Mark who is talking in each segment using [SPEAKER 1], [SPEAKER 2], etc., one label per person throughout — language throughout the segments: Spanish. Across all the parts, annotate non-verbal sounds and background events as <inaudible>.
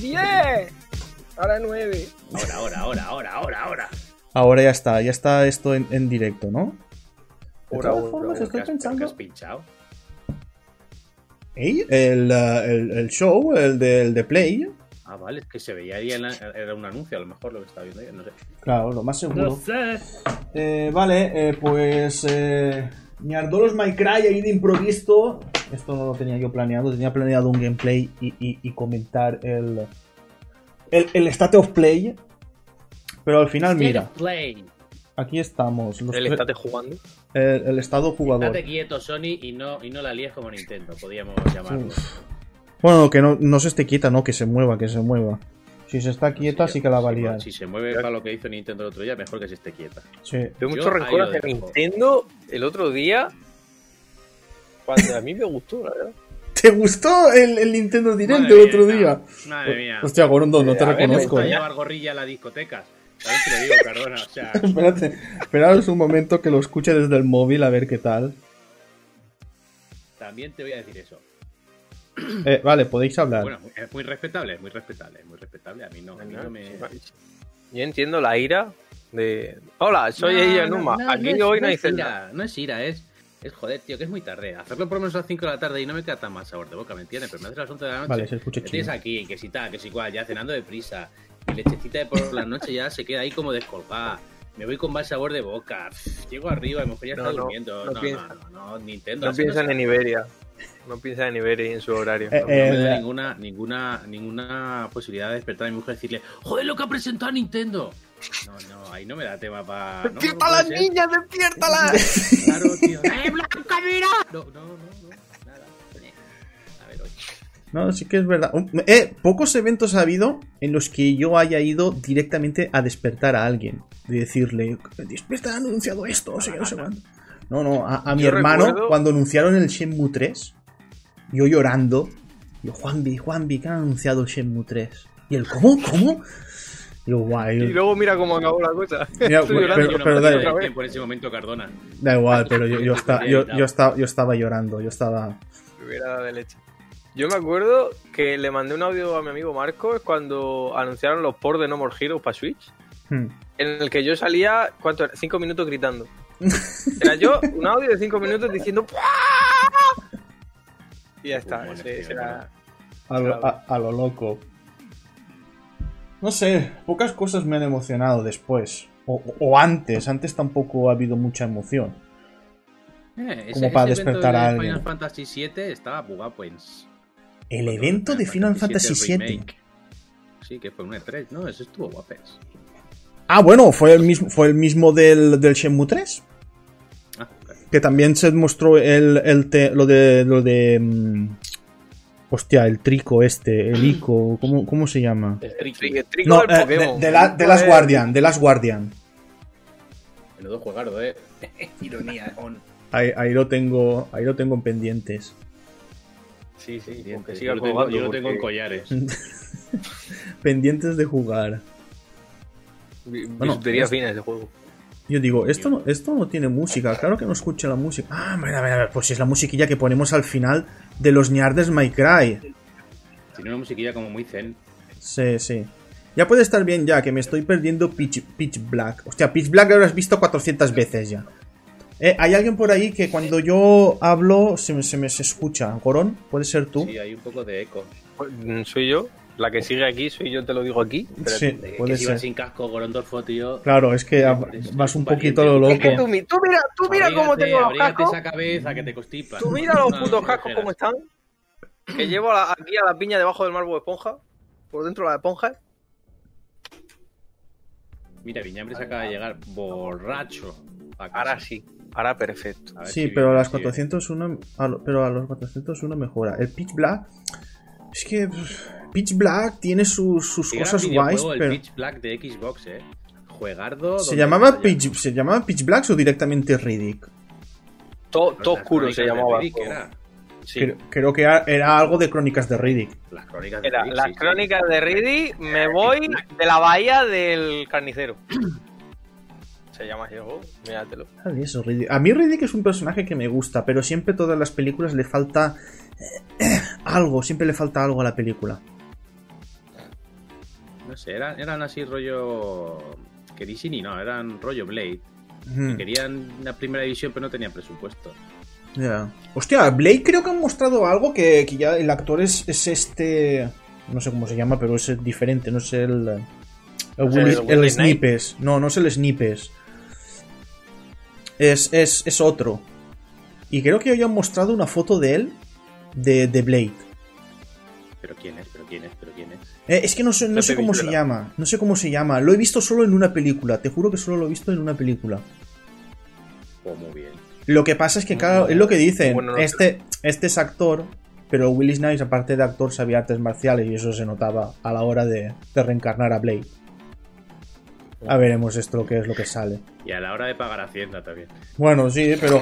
[SPEAKER 1] ¡Diez! Ahora nueve.
[SPEAKER 2] Ahora, ahora, ahora, ahora, ahora, ahora.
[SPEAKER 3] Ahora ya está, ya está esto en, en directo, ¿no? De
[SPEAKER 2] Ahora,
[SPEAKER 3] todas
[SPEAKER 2] ahora,
[SPEAKER 3] formas,
[SPEAKER 2] ahora.
[SPEAKER 3] estoy
[SPEAKER 2] ¿Qué has-
[SPEAKER 3] pensando-
[SPEAKER 2] qué has pinchado?
[SPEAKER 3] ¿Eh? El, eh, el- el show, el del de Play.
[SPEAKER 2] Ah, vale, es que se veía ahí, en la- era un anuncio a lo mejor lo que estaba viendo ahí, no sé.
[SPEAKER 3] Claro, lo más seguro.
[SPEAKER 2] No sé.
[SPEAKER 3] Eh, vale, eh, pues. Eh, Ñardolos My Cry ahí de improviso. Esto no lo tenía yo planeado. Tenía planeado un gameplay y, y- y comentar el, el. El state of play. Pero al final, Ah, mira,
[SPEAKER 2] Play.
[SPEAKER 3] aquí estamos. los
[SPEAKER 4] Él
[SPEAKER 3] tres-
[SPEAKER 4] está te jugando.
[SPEAKER 3] el- el estado jugador.
[SPEAKER 2] Estate quieto, Sony, y no, y no la líes como Nintendo, podríamos llamarlo.
[SPEAKER 3] Bueno, que no, no se esté quieta, no, que se mueva, que se mueva. Si se está quieta, sí que la va a
[SPEAKER 2] Si-
[SPEAKER 3] liar.
[SPEAKER 2] Si se mueve para lo que hizo Nintendo el otro día, mejor que se esté quieta.
[SPEAKER 3] Sí.
[SPEAKER 4] Veo
[SPEAKER 2] Yo
[SPEAKER 4] mucho
[SPEAKER 2] ahí
[SPEAKER 4] rencor
[SPEAKER 2] lo
[SPEAKER 4] hacia
[SPEAKER 2] dejo.
[SPEAKER 4] Nintendo el otro día. Cuando a mí me gustó, la verdad.
[SPEAKER 3] ¿Te gustó el, el Nintendo Direct
[SPEAKER 2] Madre
[SPEAKER 3] el otro
[SPEAKER 2] mía,
[SPEAKER 3] día?
[SPEAKER 2] Madre mía.
[SPEAKER 3] Hostia, Gorondo, no te
[SPEAKER 4] Eh, a ver,
[SPEAKER 3] reconozco,
[SPEAKER 2] A
[SPEAKER 3] eh.
[SPEAKER 2] llevar gorrilla a la discoteca. También te lo digo, perdona. O
[SPEAKER 3] <laughs>
[SPEAKER 2] sea,
[SPEAKER 3] Espérate, esperaos un momento que lo escuche desde el móvil a ver qué tal.
[SPEAKER 2] también te voy a decir eso.
[SPEAKER 3] Eh, vale, podéis hablar.
[SPEAKER 2] Bueno, es muy respetable, es muy respetable, es muy respetable. A mí no, a mí no me.
[SPEAKER 4] Yo entiendo la ira de. Hola, soy
[SPEAKER 2] No,
[SPEAKER 4] ella
[SPEAKER 2] no,
[SPEAKER 4] Numa.
[SPEAKER 2] no,
[SPEAKER 4] Aquí
[SPEAKER 2] no es-
[SPEAKER 4] hoy
[SPEAKER 2] no
[SPEAKER 4] no hay
[SPEAKER 2] es
[SPEAKER 4] celda.
[SPEAKER 2] ira, No es ira, es. Es joder, tío, que es muy tarde. Hacerlo por lo menos a las 5 de la tarde y no me queda tan mal sabor de boca, ¿me entiendes? Pero me haces a las 11 de la noche.
[SPEAKER 3] Vale, se escucha
[SPEAKER 2] Me tienes
[SPEAKER 3] chido.
[SPEAKER 2] aquí, que si tal, que si cual, ya cenando deprisa. Mi lechecita de por la noche ya se queda ahí como descolgada. Me voy con mal sabor de boca. Pff, Llego arriba, a lo mejor ya
[SPEAKER 4] No,
[SPEAKER 2] está
[SPEAKER 4] no,
[SPEAKER 2] durmiendo.
[SPEAKER 4] no
[SPEAKER 2] No, no,
[SPEAKER 4] piensa.
[SPEAKER 2] no, no, Nintendo.
[SPEAKER 4] No
[SPEAKER 2] así
[SPEAKER 4] piensan
[SPEAKER 2] se
[SPEAKER 4] en
[SPEAKER 2] hace.
[SPEAKER 4] Iberia. No piensan en Iberia y en su horario.
[SPEAKER 3] Eh,
[SPEAKER 2] No me da
[SPEAKER 3] El-
[SPEAKER 2] ninguna, ninguna, ninguna posibilidad de despertar a mi mujer y decirle, joder, lo que ha presentado Nintendo. No, no, ahí no me da tema para. No, no puede ser.
[SPEAKER 4] despiértalas!
[SPEAKER 2] Claro, tío. ¡Eh, Blanca, mira! No, no, no, no, nada. A ver, hoy.
[SPEAKER 3] No, sí que es verdad. Um, Eh, pocos eventos ha habido en los que yo haya ido directamente a despertar a alguien. De decirle, despierta, han anunciado esto, o sea,
[SPEAKER 4] <laughs>
[SPEAKER 3] no sé cuándo. No, no, a, a mi
[SPEAKER 4] Yo
[SPEAKER 3] hermano,
[SPEAKER 4] recuerdo-
[SPEAKER 3] cuando anunciaron el Shenmue 3, yo llorando. Yo, Juanvi, Juanvi, que han anunciado el Shenmue 3. Y él, ¿cómo? ¿Cómo? Y yo, guay.
[SPEAKER 4] Y luego mira cómo acabó la cosa. <laughs>
[SPEAKER 3] Mira,
[SPEAKER 4] Estoy
[SPEAKER 3] bueno,
[SPEAKER 4] llorando.
[SPEAKER 3] pero-
[SPEAKER 2] Yo no
[SPEAKER 3] pero
[SPEAKER 2] me
[SPEAKER 3] dale.
[SPEAKER 2] acuerdo de tiempo en ese momento, Cardona.
[SPEAKER 3] Da igual, pero yo,
[SPEAKER 4] <laughs>
[SPEAKER 3] yo, esta- yo, yo, esta- yo estaba llorando, yo estaba...
[SPEAKER 4] Me hubiera dado de leche. Yo me acuerdo que le mandé un audio a mi amigo Marcos cuando anunciaron los ports de No More Heroes para Switch.
[SPEAKER 3] Hmm.
[SPEAKER 4] En el que yo salía, ¿cuánto era? Cinco
[SPEAKER 3] <laughs>
[SPEAKER 4] minutos gritando. Era yo un audio de cinco minutos diciendo "¡Puah!". Y ya está.
[SPEAKER 2] Pulmones,
[SPEAKER 4] ese-
[SPEAKER 2] tío,
[SPEAKER 4] ese era-
[SPEAKER 3] A lo, a- a lo loco. No sé, pocas cosas me han emocionado después. O, o antes, antes tampoco ha habido mucha emoción.
[SPEAKER 2] Eh, ese-
[SPEAKER 3] Como para
[SPEAKER 2] ese evento
[SPEAKER 3] despertar
[SPEAKER 2] de
[SPEAKER 3] a alguien.
[SPEAKER 2] Final Fantasy VII estaba bugado, pues.
[SPEAKER 3] El evento de Final Fantasy VII.
[SPEAKER 2] Remake. Sí, que fue un E3, ¿no? Eso estuvo guapes.
[SPEAKER 3] Ah, bueno, fue el mismo, fue el mismo del, del Shenmue 3.
[SPEAKER 2] Ah, claro.
[SPEAKER 3] Que también se mostró el, el te- lo de. Lo de mm, hostia, el trico este, el ico, ¿cómo, cómo se llama?
[SPEAKER 2] El tricky.
[SPEAKER 4] Trick- Trick
[SPEAKER 3] No,
[SPEAKER 4] del
[SPEAKER 3] eh, de,
[SPEAKER 4] Pokémon.
[SPEAKER 3] de la- de las
[SPEAKER 4] Joder.
[SPEAKER 3] Guardian, de las Guardian.
[SPEAKER 2] Menudo juegardo, eh. <laughs> Ironía, on.
[SPEAKER 3] Ahí, ahí lo tengo, ahí lo tengo en pendientes.
[SPEAKER 4] Sí, sí,
[SPEAKER 2] Yo
[SPEAKER 4] que siga
[SPEAKER 2] lo tengo,
[SPEAKER 4] jugando,
[SPEAKER 2] yo lo tengo en
[SPEAKER 4] porque
[SPEAKER 3] <laughs>
[SPEAKER 2] collares.
[SPEAKER 3] Pendientes de jugar.
[SPEAKER 4] bi-
[SPEAKER 3] Bueno,
[SPEAKER 4] bisutería
[SPEAKER 3] es-
[SPEAKER 4] fina ese juego.
[SPEAKER 3] Yo digo, esto no, esto no tiene música, claro que no escucha la música. Ah, mira, mira, mira, pues si es la musiquilla que ponemos al final de los Niardes My Cry.
[SPEAKER 2] Tiene una musiquilla como muy zen.
[SPEAKER 3] Sí, sí. Ya puede estar bien ya, que me estoy perdiendo Pitch, Pitch Black. Hostia, Pitch Black lo habrás visto 400 veces ya. Eh, hay alguien por ahí que cuando yo hablo se me, se me se escucha. Gorón, ¿puede ser tú?
[SPEAKER 2] Sí, hay un poco de eco.
[SPEAKER 4] Mm, Soy yo. La que sigue aquí, soy yo, te lo digo aquí. Pero
[SPEAKER 3] Sí,
[SPEAKER 2] Eh,
[SPEAKER 3] puede
[SPEAKER 2] que si vas
[SPEAKER 3] ser.
[SPEAKER 2] sin casco, Gorondorfo, tío.
[SPEAKER 3] Claro, es que ah, vas un poquito a lo
[SPEAKER 4] Es que tú,
[SPEAKER 3] loco.
[SPEAKER 4] mi- tú mira, tú mira cómo
[SPEAKER 2] Abrígate,
[SPEAKER 4] tengo los
[SPEAKER 2] abrígate
[SPEAKER 4] cascos.
[SPEAKER 2] esa cabeza que te constipa.
[SPEAKER 4] Tú mira los putos cascos cómo están. Que llevo a la- aquí a la piña debajo del marbo de esponja. Por dentro de la esponja.
[SPEAKER 2] Mira, Viñambre se acaba de llegar borracho. a casa.
[SPEAKER 4] Ahora sí. Ahora perfecto.
[SPEAKER 2] A ver si
[SPEAKER 3] Sí,
[SPEAKER 2] viene, eh.
[SPEAKER 3] pero a las
[SPEAKER 2] sí.
[SPEAKER 3] 401, a lo- pero a los 401 mejora. El Pitch Black es que pff, Pitch Black tiene sus, sus
[SPEAKER 2] Qué gran
[SPEAKER 3] cosas
[SPEAKER 2] videojuego
[SPEAKER 3] guays,
[SPEAKER 2] el
[SPEAKER 3] pero
[SPEAKER 2] Pitch Black de Xbox, eh. Juegardo.
[SPEAKER 3] se
[SPEAKER 2] donde
[SPEAKER 3] llamaba
[SPEAKER 2] vaya.
[SPEAKER 3] Pitch se llamaba Pitch Black o directamente Riddick.
[SPEAKER 4] Todo,
[SPEAKER 2] Las
[SPEAKER 4] todo oscuro se
[SPEAKER 2] crónicas de
[SPEAKER 4] llamaba. el
[SPEAKER 2] Riddick
[SPEAKER 4] juego.
[SPEAKER 2] era.
[SPEAKER 4] Sí.
[SPEAKER 3] Creo, creo que era- era algo de Crónicas de Riddick.
[SPEAKER 2] Las crónicas de
[SPEAKER 4] Era
[SPEAKER 2] Riddick, sí,
[SPEAKER 4] las
[SPEAKER 2] sí.
[SPEAKER 4] crónicas de Riddy, me voy de la bahía del carnicero. <clears throat> Se llama así el juego, míratelo.
[SPEAKER 3] Ah, eso, Riddick. A mí Riddick es un personaje que me gusta, pero siempre todas las eh, películas le falta algo, siempre le falta algo a la película.
[SPEAKER 2] No sé, eran, eran así rollo. Que DC ni no, eran rollo Blade.
[SPEAKER 3] Ujú.
[SPEAKER 2] Querían una primera división, pero no tenían presupuesto.
[SPEAKER 3] Ya. Hostia, Blade creo que han mostrado algo que, que ya el actor es, es este. No sé cómo se llama, pero es diferente, no es el. El,
[SPEAKER 4] sea,
[SPEAKER 3] Willy-
[SPEAKER 4] el
[SPEAKER 3] el
[SPEAKER 4] Willy
[SPEAKER 3] Snipes. No, no es el Snipes. Es, es, es otro. Y creo que hoy han mostrado una foto de él, de, de Blade.
[SPEAKER 2] Pero quién es, pero quién es, pero quién es.
[SPEAKER 3] Eh, es que no sé, no
[SPEAKER 4] Pepe
[SPEAKER 3] sé cómo se
[SPEAKER 4] Villuela.
[SPEAKER 3] llama. No sé cómo se llama. Lo he visto solo en una película. Te juro que solo lo he visto en una película.
[SPEAKER 2] Oh, muy bien.
[SPEAKER 3] Lo que pasa es que, claro, es lo que dicen.
[SPEAKER 4] Bueno, no-
[SPEAKER 3] este, este es actor, pero Willis Snipes, aparte de actor, sabía artes marciales y eso se notaba a la hora de, de reencarnar a Blade. A veremos esto lo que es lo que sale.
[SPEAKER 2] Y a la hora de pagar Hacienda también.
[SPEAKER 3] Bueno, sí, pero.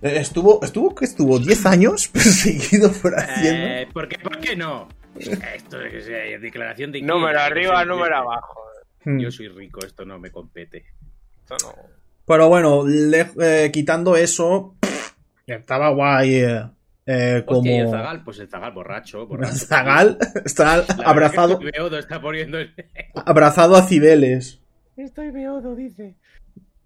[SPEAKER 3] eh, Estuvo, estuvo que estuvo 10 años <laughs> perseguido por Hacienda.
[SPEAKER 2] Eh, ¿por, qué, ¿Por qué no? Esto es que sea, declaración de.
[SPEAKER 4] Número
[SPEAKER 2] Yo
[SPEAKER 4] arriba,
[SPEAKER 2] soy-
[SPEAKER 4] número abajo.
[SPEAKER 3] Hmm.
[SPEAKER 2] Yo soy rico, esto no me compete.
[SPEAKER 4] Esto no.
[SPEAKER 3] Pero bueno, le- eh, quitando eso, estaba guay. eh, eh, como.
[SPEAKER 2] Hostia, ¿y el
[SPEAKER 3] <laughs>
[SPEAKER 2] Zagal, pues el Zagal borracho. borracho.
[SPEAKER 3] Zagal está
[SPEAKER 2] La verdad
[SPEAKER 3] abrazado,
[SPEAKER 2] es que estoy beodo, está poniendo. el- <laughs>
[SPEAKER 3] abrazado a Cibeles.
[SPEAKER 2] Estoy beodo, dice.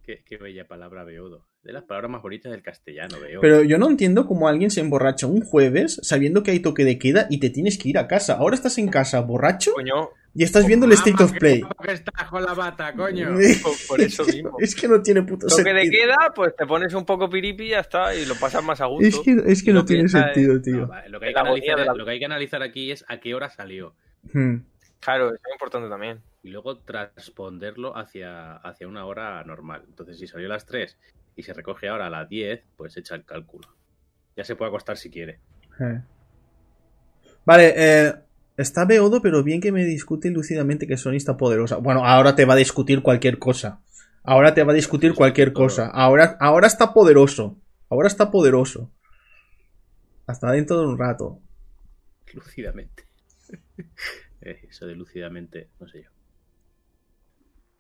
[SPEAKER 2] Qué, qué bella palabra beodo. De las palabras más bonitas del castellano, beodo.
[SPEAKER 3] Pero yo no entiendo cómo alguien se emborracha un jueves sabiendo que hay toque de queda y te tienes que ir a casa. Ahora estás en casa borracho
[SPEAKER 4] Coño,
[SPEAKER 3] y estás viendo el State of
[SPEAKER 2] Mamá, qué
[SPEAKER 3] Play.
[SPEAKER 2] guapo Ah, que estás con la bata,
[SPEAKER 3] <laughs>
[SPEAKER 2] coño.
[SPEAKER 4] por, por eso mismo.
[SPEAKER 3] Es que no tiene puto
[SPEAKER 4] Lo que te
[SPEAKER 3] sentido.
[SPEAKER 4] queda, pues te pones un poco piripi y ya está, y lo pasas más a gusto.
[SPEAKER 3] Es que, es que
[SPEAKER 4] Lo
[SPEAKER 3] no tiene
[SPEAKER 4] piensa en-
[SPEAKER 3] sentido,
[SPEAKER 2] No,
[SPEAKER 3] tío.
[SPEAKER 2] vale, lo, que hay que
[SPEAKER 4] La agonía
[SPEAKER 2] analizar,
[SPEAKER 4] de la-
[SPEAKER 2] lo que hay que analizar aquí es a qué hora salió.
[SPEAKER 3] Hmm.
[SPEAKER 4] Claro, eso es importante también.
[SPEAKER 2] Y luego transponderlo hacia, hacia una hora normal. Entonces, si salió a las 3 y se recoge ahora a las 10, pues echa el cálculo. Ya se puede acostar si quiere. <laughs>
[SPEAKER 3] Eh. Vale, eh, está Beodo, pero bien que me discute lúcidamente que Sony está poderosa. Bueno, ahora te va a discutir cualquier cosa. Ahora te va a discutir cualquier cosa. Ahora, ahora está poderoso. Ahora está poderoso. Hasta dentro de un rato.
[SPEAKER 2] Lúcidamente. <laughs> Eh, Eso de lúcidamente, no sé yo.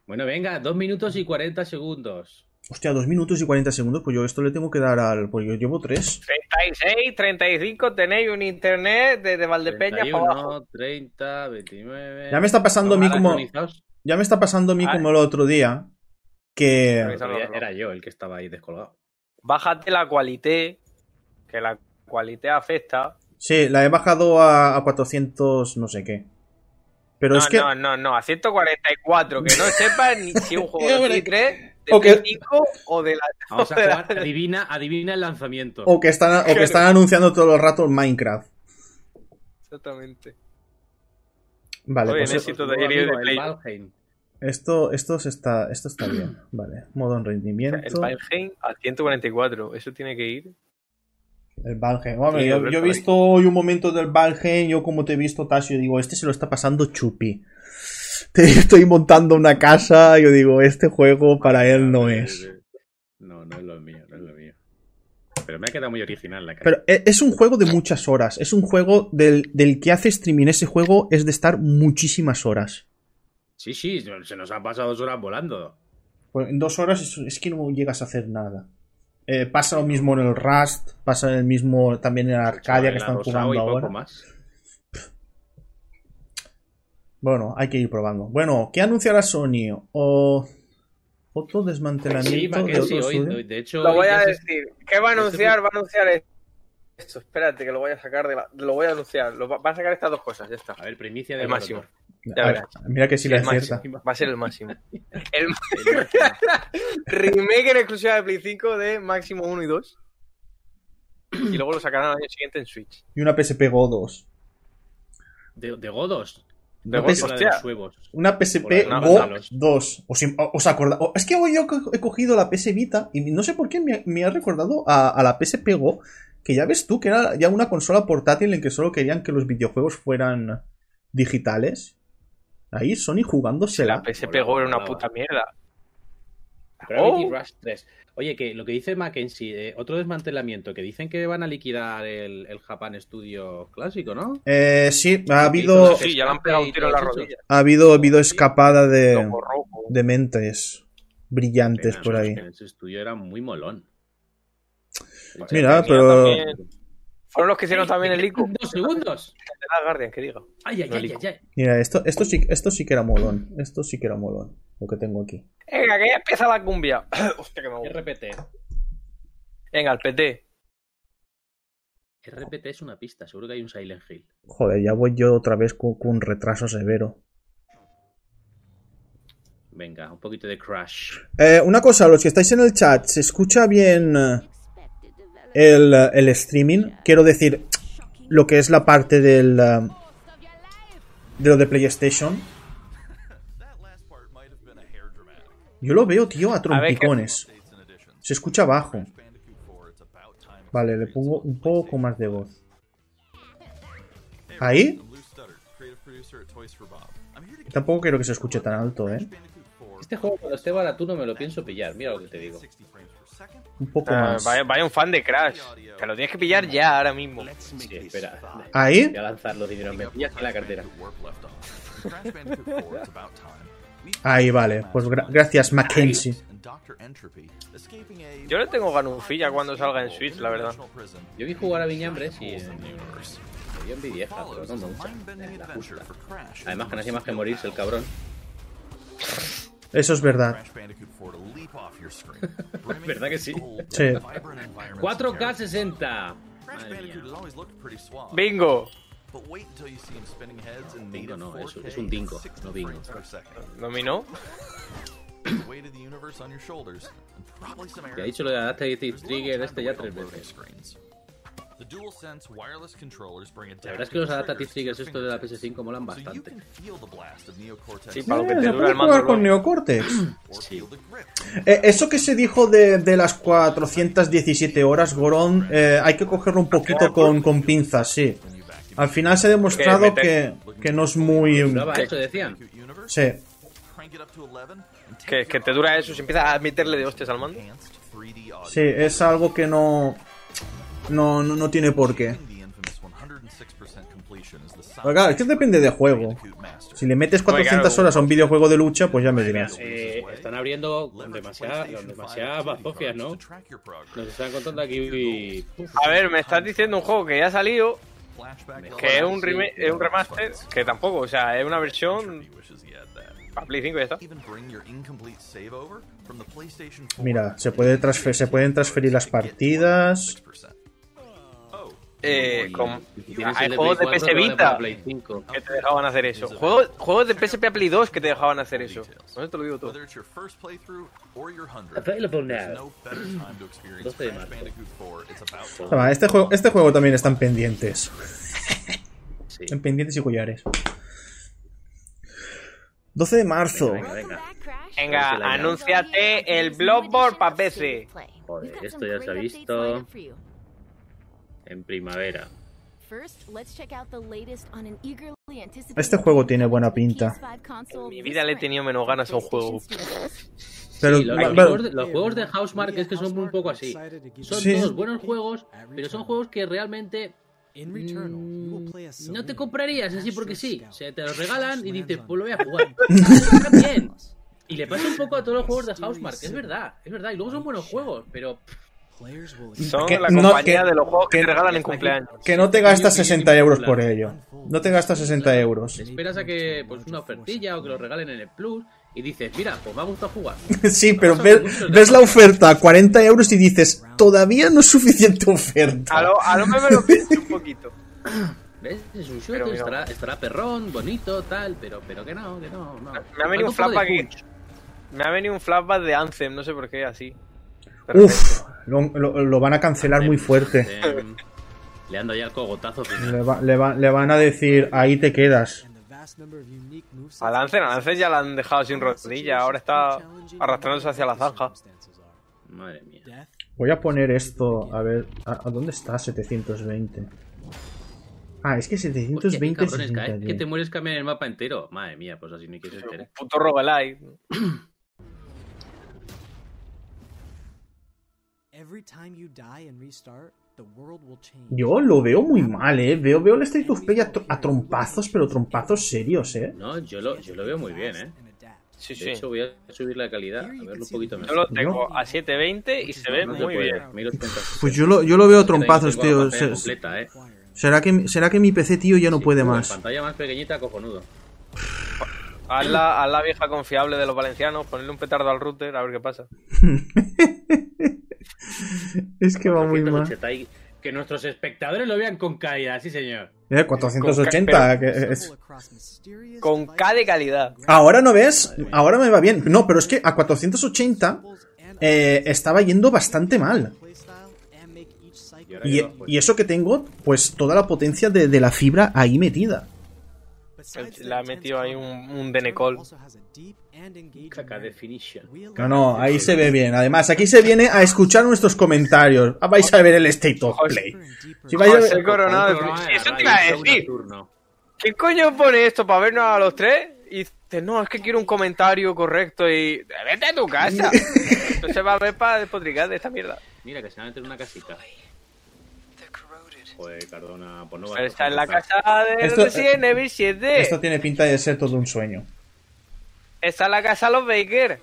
[SPEAKER 2] Bueno, venga, 2 minutos y 40 segundos.
[SPEAKER 3] Hostia, 2 minutos y 40 segundos. Pues yo esto le tengo que dar al. Pues yo llevo 3.
[SPEAKER 4] 36, 35, tenéis un internet desde Valdepeña para
[SPEAKER 2] 31,
[SPEAKER 4] abajo.
[SPEAKER 2] 30, 29.
[SPEAKER 4] Eh,
[SPEAKER 3] Ya me está pasando a mí como. Ya me está pasando a mí como el otro día. Que.
[SPEAKER 2] Era yo el que estaba ahí
[SPEAKER 4] <laughs>
[SPEAKER 2] descolgado.
[SPEAKER 4] Bájate la cualité, que la cualité afecta.
[SPEAKER 3] Sí, la he bajado a, a 400. No sé qué. Pero
[SPEAKER 4] no,
[SPEAKER 3] es que.
[SPEAKER 4] no, no, no, a 144,
[SPEAKER 3] <laughs>
[SPEAKER 4] que no sepas ni si un
[SPEAKER 3] Ya, <laughs> pero-
[SPEAKER 4] juego de Play 3, de
[SPEAKER 3] o que-
[SPEAKER 4] Play 5 o de la...
[SPEAKER 2] Vamos a jugar.
[SPEAKER 4] <laughs>
[SPEAKER 2] Adivina, adivina el lanzamiento.
[SPEAKER 3] O que están, o que están anunciando todo el rato el Minecraft.
[SPEAKER 4] Exactamente.
[SPEAKER 3] Vale,
[SPEAKER 4] Oye,
[SPEAKER 3] pues
[SPEAKER 4] en
[SPEAKER 3] eso-
[SPEAKER 4] éxito de
[SPEAKER 2] Amigo,
[SPEAKER 4] Herido de
[SPEAKER 2] el
[SPEAKER 4] Play.
[SPEAKER 2] Valheim.
[SPEAKER 3] esto, esto, se está, esto está bien. Vale, modo en
[SPEAKER 4] ¿eh? El
[SPEAKER 3] rendimiento.
[SPEAKER 4] Valheim a 144, eso tiene que ir.
[SPEAKER 3] El Valheim. Hombre,
[SPEAKER 4] Sí,
[SPEAKER 3] yo,
[SPEAKER 4] Alberto,
[SPEAKER 3] yo he visto hoy un momento del Valheim. Yo, como te he visto, Tasio, digo, este se lo está pasando chupi. <laughs> Te- estoy montando una casa. Yo digo, este juego para él no es.
[SPEAKER 2] No, no es lo mío, no es lo mío. Pero me ha quedado muy original la cara.
[SPEAKER 3] Pero e- es un juego de muchas horas. Es un juego del, del que hace streaming ese juego es de estar muchísimas horas.
[SPEAKER 2] Sí, sí, se nos han pasado dos horas volando.
[SPEAKER 3] Pues en dos horas es, es que no llegas a hacer nada. Eh, pasa lo mismo en el Rust, pasa el mismo también en Arcadia que
[SPEAKER 2] Sobre la
[SPEAKER 3] están
[SPEAKER 2] Rosao
[SPEAKER 3] jugando
[SPEAKER 2] y poco
[SPEAKER 3] ahora.
[SPEAKER 2] más.
[SPEAKER 3] Bueno, hay que ir probando. Bueno, ¿qué anunciará Sony? O otro
[SPEAKER 2] Sí,
[SPEAKER 3] desmantelamiento de
[SPEAKER 2] Mackenzie,
[SPEAKER 3] otro
[SPEAKER 2] hoy,
[SPEAKER 3] estudio?
[SPEAKER 2] hoy, de hecho,
[SPEAKER 4] Lo
[SPEAKER 2] hoy
[SPEAKER 4] voy
[SPEAKER 2] ya
[SPEAKER 4] a
[SPEAKER 2] se-
[SPEAKER 4] decir. ¿Qué va a anunciar? Va a anunciar esto. Espérate, que lo voy a sacar de la... Lo voy a anunciar. Lo va... va a sacar estas dos cosas, ya está.
[SPEAKER 2] A ver, primicia de
[SPEAKER 4] El máximo.
[SPEAKER 2] Mordor.
[SPEAKER 4] ya
[SPEAKER 3] A ver,
[SPEAKER 4] verás.
[SPEAKER 3] mira que sí le
[SPEAKER 4] El máximo.
[SPEAKER 3] acierta.
[SPEAKER 4] Va a ser el máximo. <laughs> El remake en exclusiva de Play 5 de Máximo 1 y 2. Y luego lo sacarán al año siguiente en Switch.
[SPEAKER 3] Y una PSP Go 2.
[SPEAKER 2] De, de Godos.
[SPEAKER 4] De
[SPEAKER 3] Una,
[SPEAKER 4] Godos,
[SPEAKER 3] PS-
[SPEAKER 2] la
[SPEAKER 4] hostia.
[SPEAKER 2] los huevos.
[SPEAKER 3] una PSP
[SPEAKER 2] Hola,
[SPEAKER 3] Go
[SPEAKER 2] Dávalos.
[SPEAKER 3] 2. ¿Os, im- os acorda- o- Es que hoy yo co- he cogido la PS Vita y no sé por qué me, ha- me ha recordado a, a la PSP Go, que ya ves tú que era ya una consola portátil en que solo querían que los videojuegos fueran digitales. Ahí Sony
[SPEAKER 4] La
[SPEAKER 3] jugándosela.
[SPEAKER 4] PSP
[SPEAKER 2] Molaba,
[SPEAKER 4] Go era una
[SPEAKER 2] molaba.
[SPEAKER 4] puta mierda.
[SPEAKER 2] Gravity
[SPEAKER 4] Oh.
[SPEAKER 2] Rush 3. Oye, que lo que dice Mackenzie, eh, otro desmantelamiento, que dicen que van a liquidar el, el Japan Studio clásico, ¿no?
[SPEAKER 3] Eh, sí, ha
[SPEAKER 2] todo
[SPEAKER 3] habido,
[SPEAKER 2] eso.
[SPEAKER 4] Sí, ya le han pegado un tiro en la rodilla.
[SPEAKER 3] ha habido, ha habido escapada de,
[SPEAKER 4] Loco rojo.
[SPEAKER 3] de mentes brillantes
[SPEAKER 2] Pena,
[SPEAKER 3] por
[SPEAKER 2] macho,
[SPEAKER 3] ahí.
[SPEAKER 2] que Ese estudio era muy molón.
[SPEAKER 3] Mira,
[SPEAKER 4] Tenía
[SPEAKER 3] pero
[SPEAKER 4] también- Fueron los que hicieron también el ICO.
[SPEAKER 2] Dos segundos.
[SPEAKER 4] Ah, Guardian, que diga.
[SPEAKER 2] Ay, ay,
[SPEAKER 4] No
[SPEAKER 2] ay,
[SPEAKER 4] lico.
[SPEAKER 2] ay, ay.
[SPEAKER 3] Mira, esto, esto, sí, esto sí que era molón. Esto sí que era molón. Lo que tengo aquí.
[SPEAKER 4] Venga, que ya empieza la cumbia. <coughs> Hostia, que me gusta.
[SPEAKER 2] RPT.
[SPEAKER 4] Venga, el PT.
[SPEAKER 2] RPT es una pista, seguro que hay un Silent Hill.
[SPEAKER 3] Joder, ya voy yo otra vez con, con retraso severo.
[SPEAKER 2] Venga, un poquito de Crash.
[SPEAKER 3] Eh, una cosa, los que estáis en el chat, ¿se escucha bien eh, el, eh, el streaming? Quiero decir, lo que es la parte del... eh, de lo de PlayStation. Yo lo veo, tío, a
[SPEAKER 4] ver, que-
[SPEAKER 3] trompicones. Se escucha bajo. Vale, le pongo un poco más de voz. ¿Ahí? Tampoco quiero que se escuche tan alto, ¿eh?
[SPEAKER 2] Este juego, cuando esté baratuno, me lo pienso pillar. Mira lo que te digo.
[SPEAKER 3] Un poco
[SPEAKER 4] Ah,
[SPEAKER 3] más.
[SPEAKER 4] vaya, vaya un fan de Crash. Que lo tienes que pillar ya, ahora mismo.
[SPEAKER 2] Sí, espera.
[SPEAKER 3] ¿Ahí?
[SPEAKER 2] Voy a lanzar los dineros. Me pillas en la cartera.
[SPEAKER 3] <laughs> Ahí, vale. Pues gra- gracias, Mackenzie.
[SPEAKER 4] Yo le tengo ganuncilla cuando salga en Switch, la verdad.
[SPEAKER 2] Yo vi jugar a Viñambres y en... me dio envidia, pero no me gusta. La justa. Además que no hacía más que morirse el cabrón. <laughs>
[SPEAKER 3] Eso es verdad.
[SPEAKER 2] ¿Verdad que sí?
[SPEAKER 3] Sí.
[SPEAKER 2] 4K 60. Madre mía.
[SPEAKER 4] Bingo.
[SPEAKER 2] Bingo no, es, es un dingo, no bingo.
[SPEAKER 4] ¿Dominó?
[SPEAKER 2] Te ha dicho lo de Adaptive Trigger este ya tres veces. La verdad es que los Adaptive Triggers estos de la PS5 molan bastante.
[SPEAKER 4] Sí, para lo que
[SPEAKER 3] Eh,
[SPEAKER 4] te
[SPEAKER 3] ¿Se
[SPEAKER 4] dura
[SPEAKER 3] puede
[SPEAKER 4] el mando.
[SPEAKER 3] jugar con
[SPEAKER 4] luego.
[SPEAKER 3] Neocortex?
[SPEAKER 2] Sí.
[SPEAKER 3] Eh, eso que se dijo de, de las 417 horas, Goron, eh, hay que cogerlo un poquito con, con pinzas, sí.
[SPEAKER 2] Ah,
[SPEAKER 3] Al final se ha demostrado que, que no es muy...
[SPEAKER 2] Duraba eso, decían.
[SPEAKER 3] Sí.
[SPEAKER 4] Que, que te dura eso si empiezas a meterle de hostias al mando.
[SPEAKER 3] Sí, es algo que no, no, no, no tiene por qué. Pero claro, es que depende de juego. Si le metes 400 horas a un videojuego de lucha, pues ya me dirás.
[SPEAKER 2] Eh, están abriendo con demasiada- con demasiadas bazofias, ¿no? Nos están contando aquí uy, puf,
[SPEAKER 4] A ver, me estás diciendo un juego que ya ha salido, que es un, reme- es un remaster, que tampoco, o sea, es una versión para Play 5 y ya está.
[SPEAKER 3] Mira, se, puede transfer- se pueden transferir las partidas.
[SPEAKER 4] Eh,
[SPEAKER 2] y-
[SPEAKER 4] con-
[SPEAKER 2] y si tienes
[SPEAKER 4] hay
[SPEAKER 2] el
[SPEAKER 4] juegos de
[SPEAKER 2] Play 4
[SPEAKER 4] PS
[SPEAKER 2] te vale
[SPEAKER 4] Vita. Ah,
[SPEAKER 2] para Play 5.
[SPEAKER 4] que te dejaban hacer eso. Juegos, juegos de PSP a Play 2 que te dejaban hacer eso. Con eso te lo digo todo.
[SPEAKER 2] Available now. 12 de marzo.
[SPEAKER 3] Toma, este juego, este juego también están pendientes.
[SPEAKER 2] Sí.
[SPEAKER 3] En pendientes y collares. 12 de marzo.
[SPEAKER 2] Venga, venga.
[SPEAKER 4] Venga,
[SPEAKER 2] Cancela ya.
[SPEAKER 4] anúnciate el Bloodborne para PC.
[SPEAKER 2] Joder, esto ya se ha visto. En primavera.
[SPEAKER 5] Este juego tiene buena pinta.
[SPEAKER 4] En mi vida le he tenido menos ganas a un juego.
[SPEAKER 3] Pero,
[SPEAKER 2] Sí, los,
[SPEAKER 3] pero-
[SPEAKER 2] juegos de, los juegos de Housemarque es que son un poco así. Son
[SPEAKER 3] Sí.
[SPEAKER 2] todos buenos juegos, pero son juegos que realmente mm, no te comprarías así porque sí. Se te los regalan y dices, pues lo voy a
[SPEAKER 3] <laughs>
[SPEAKER 2] jugar. Está bien. Y le pasa un poco a todos los juegos de Housemarque, es verdad, es verdad. Y luego son buenos juegos, pero pff, <laughs>
[SPEAKER 4] Son
[SPEAKER 3] Que
[SPEAKER 4] la
[SPEAKER 3] no,
[SPEAKER 4] compañía
[SPEAKER 3] que-
[SPEAKER 4] de los juegos que, te regalan en cumpleaños.
[SPEAKER 3] que no te gastas 60 euros por ello. No te gastas 60 euros.
[SPEAKER 2] esperas a que pues una ofertilla o que lo regalen en el Plus y dices, mira, pues me ha gustado jugar.
[SPEAKER 3] <laughs> Sí, pero ves, ves la oferta a 40 euros y dices, todavía no es suficiente
[SPEAKER 4] A
[SPEAKER 3] oferta.
[SPEAKER 4] lo, a lo mejor <laughs> me lo pienso un poquito.
[SPEAKER 2] ¿Ves? Es un shooter,
[SPEAKER 4] Pero mira.
[SPEAKER 2] estará, estará perrón, bonito, tal, pero, pero que no, que no, no.
[SPEAKER 4] Me ha venido un
[SPEAKER 2] Falta poco de
[SPEAKER 4] flashback aquí.
[SPEAKER 2] punch.
[SPEAKER 4] Me ha venido un flashback de Anthem, no sé por qué, así. De repente.
[SPEAKER 3] Uf, lo, lo- lo van a cancelar muy fuerte.
[SPEAKER 2] Em, Le ando ya el cogotazo final.
[SPEAKER 3] Le, va- le va- le van a decir, ahí te quedas.
[SPEAKER 4] Al Anthem, al Anthem ya la han dejado sin rodilla, ahora está arrastrándose hacia la zanja.
[SPEAKER 2] Madre mía.
[SPEAKER 3] Voy a poner esto, a ver, ¿a, a dónde está 720? Ah, es que
[SPEAKER 2] Hostia, qué
[SPEAKER 3] 720 es
[SPEAKER 2] cabrones, cada vez que
[SPEAKER 3] 710.
[SPEAKER 2] te mueres cambian el mapa entero. Madre mía, pues así no hay que se entere.
[SPEAKER 4] Puto roguelike.
[SPEAKER 3] Yo lo veo muy mal, eh. Veo, veo el State of Play a, tr- a trompazos, pero trompazos serios, eh.
[SPEAKER 2] No, yo lo, yo lo veo muy bien, ¿eh?
[SPEAKER 4] Sí,
[SPEAKER 2] De
[SPEAKER 4] sí.
[SPEAKER 2] hecho, voy a subir la calidad, a verlo un poquito
[SPEAKER 4] Yo
[SPEAKER 2] mejor.
[SPEAKER 4] lo tengo a 720 y se ve
[SPEAKER 2] No se
[SPEAKER 4] muy
[SPEAKER 2] puede,
[SPEAKER 4] bien.
[SPEAKER 2] mil ochenta. Este
[SPEAKER 3] Pues yo lo, yo lo veo
[SPEAKER 2] Tengo
[SPEAKER 3] trompazos,
[SPEAKER 2] la
[SPEAKER 3] tío.
[SPEAKER 2] pantalla
[SPEAKER 3] Se- se-
[SPEAKER 2] completa, ¿eh?
[SPEAKER 3] ¿Será que, ¿Será que mi PC, tío, ya no
[SPEAKER 2] Sí,
[SPEAKER 3] puede
[SPEAKER 2] la
[SPEAKER 3] más?
[SPEAKER 2] pantalla más pequeñita, cojonudo.
[SPEAKER 4] Haz la, haz la vieja confiable de los valencianos, ponerle un petardo al router, a ver qué pasa.
[SPEAKER 3] es que va muy mal.
[SPEAKER 2] 480 y- Que nuestros espectadores lo vean con caída, sí, señor.
[SPEAKER 3] Eh, 480. que es-
[SPEAKER 4] Con K de calidad.
[SPEAKER 3] Ahora no ves, ahora me va bien. No, pero es que a 480 eh, estaba yendo bastante mal. Y, y eso que tengo, pues toda la potencia de, de la fibra ahí metida.
[SPEAKER 4] Le ha metido ahí un, un denecol.
[SPEAKER 2] Caca definition.
[SPEAKER 3] No, no, ahí se ve bien. Además, aquí se viene a escuchar nuestros comentarios. Ah, Vais a ver el State of Play. Si vais a ver-
[SPEAKER 4] José Coronado.
[SPEAKER 2] Un programa de
[SPEAKER 4] Eso te
[SPEAKER 2] radio,
[SPEAKER 4] iba a
[SPEAKER 2] ¿eh? un
[SPEAKER 4] decir.
[SPEAKER 2] turno.
[SPEAKER 4] ¿Qué coño pone esto para vernos a los tres? Y dice, no, es que quiero un comentario correcto y. ¡Vete a tu <laughs> casa! Entonces se va a ver para despotricar de esta mierda.
[SPEAKER 2] Mira, que se va a meter en una casita. Joder, Cardona, pues no va
[SPEAKER 4] Pero
[SPEAKER 2] a
[SPEAKER 4] está en la
[SPEAKER 2] tocar.
[SPEAKER 4] casa de
[SPEAKER 3] Esto-
[SPEAKER 4] Resident Evil 7.
[SPEAKER 3] Esto tiene pinta de ser todo un sueño.
[SPEAKER 4] Está en la casa de los Baker.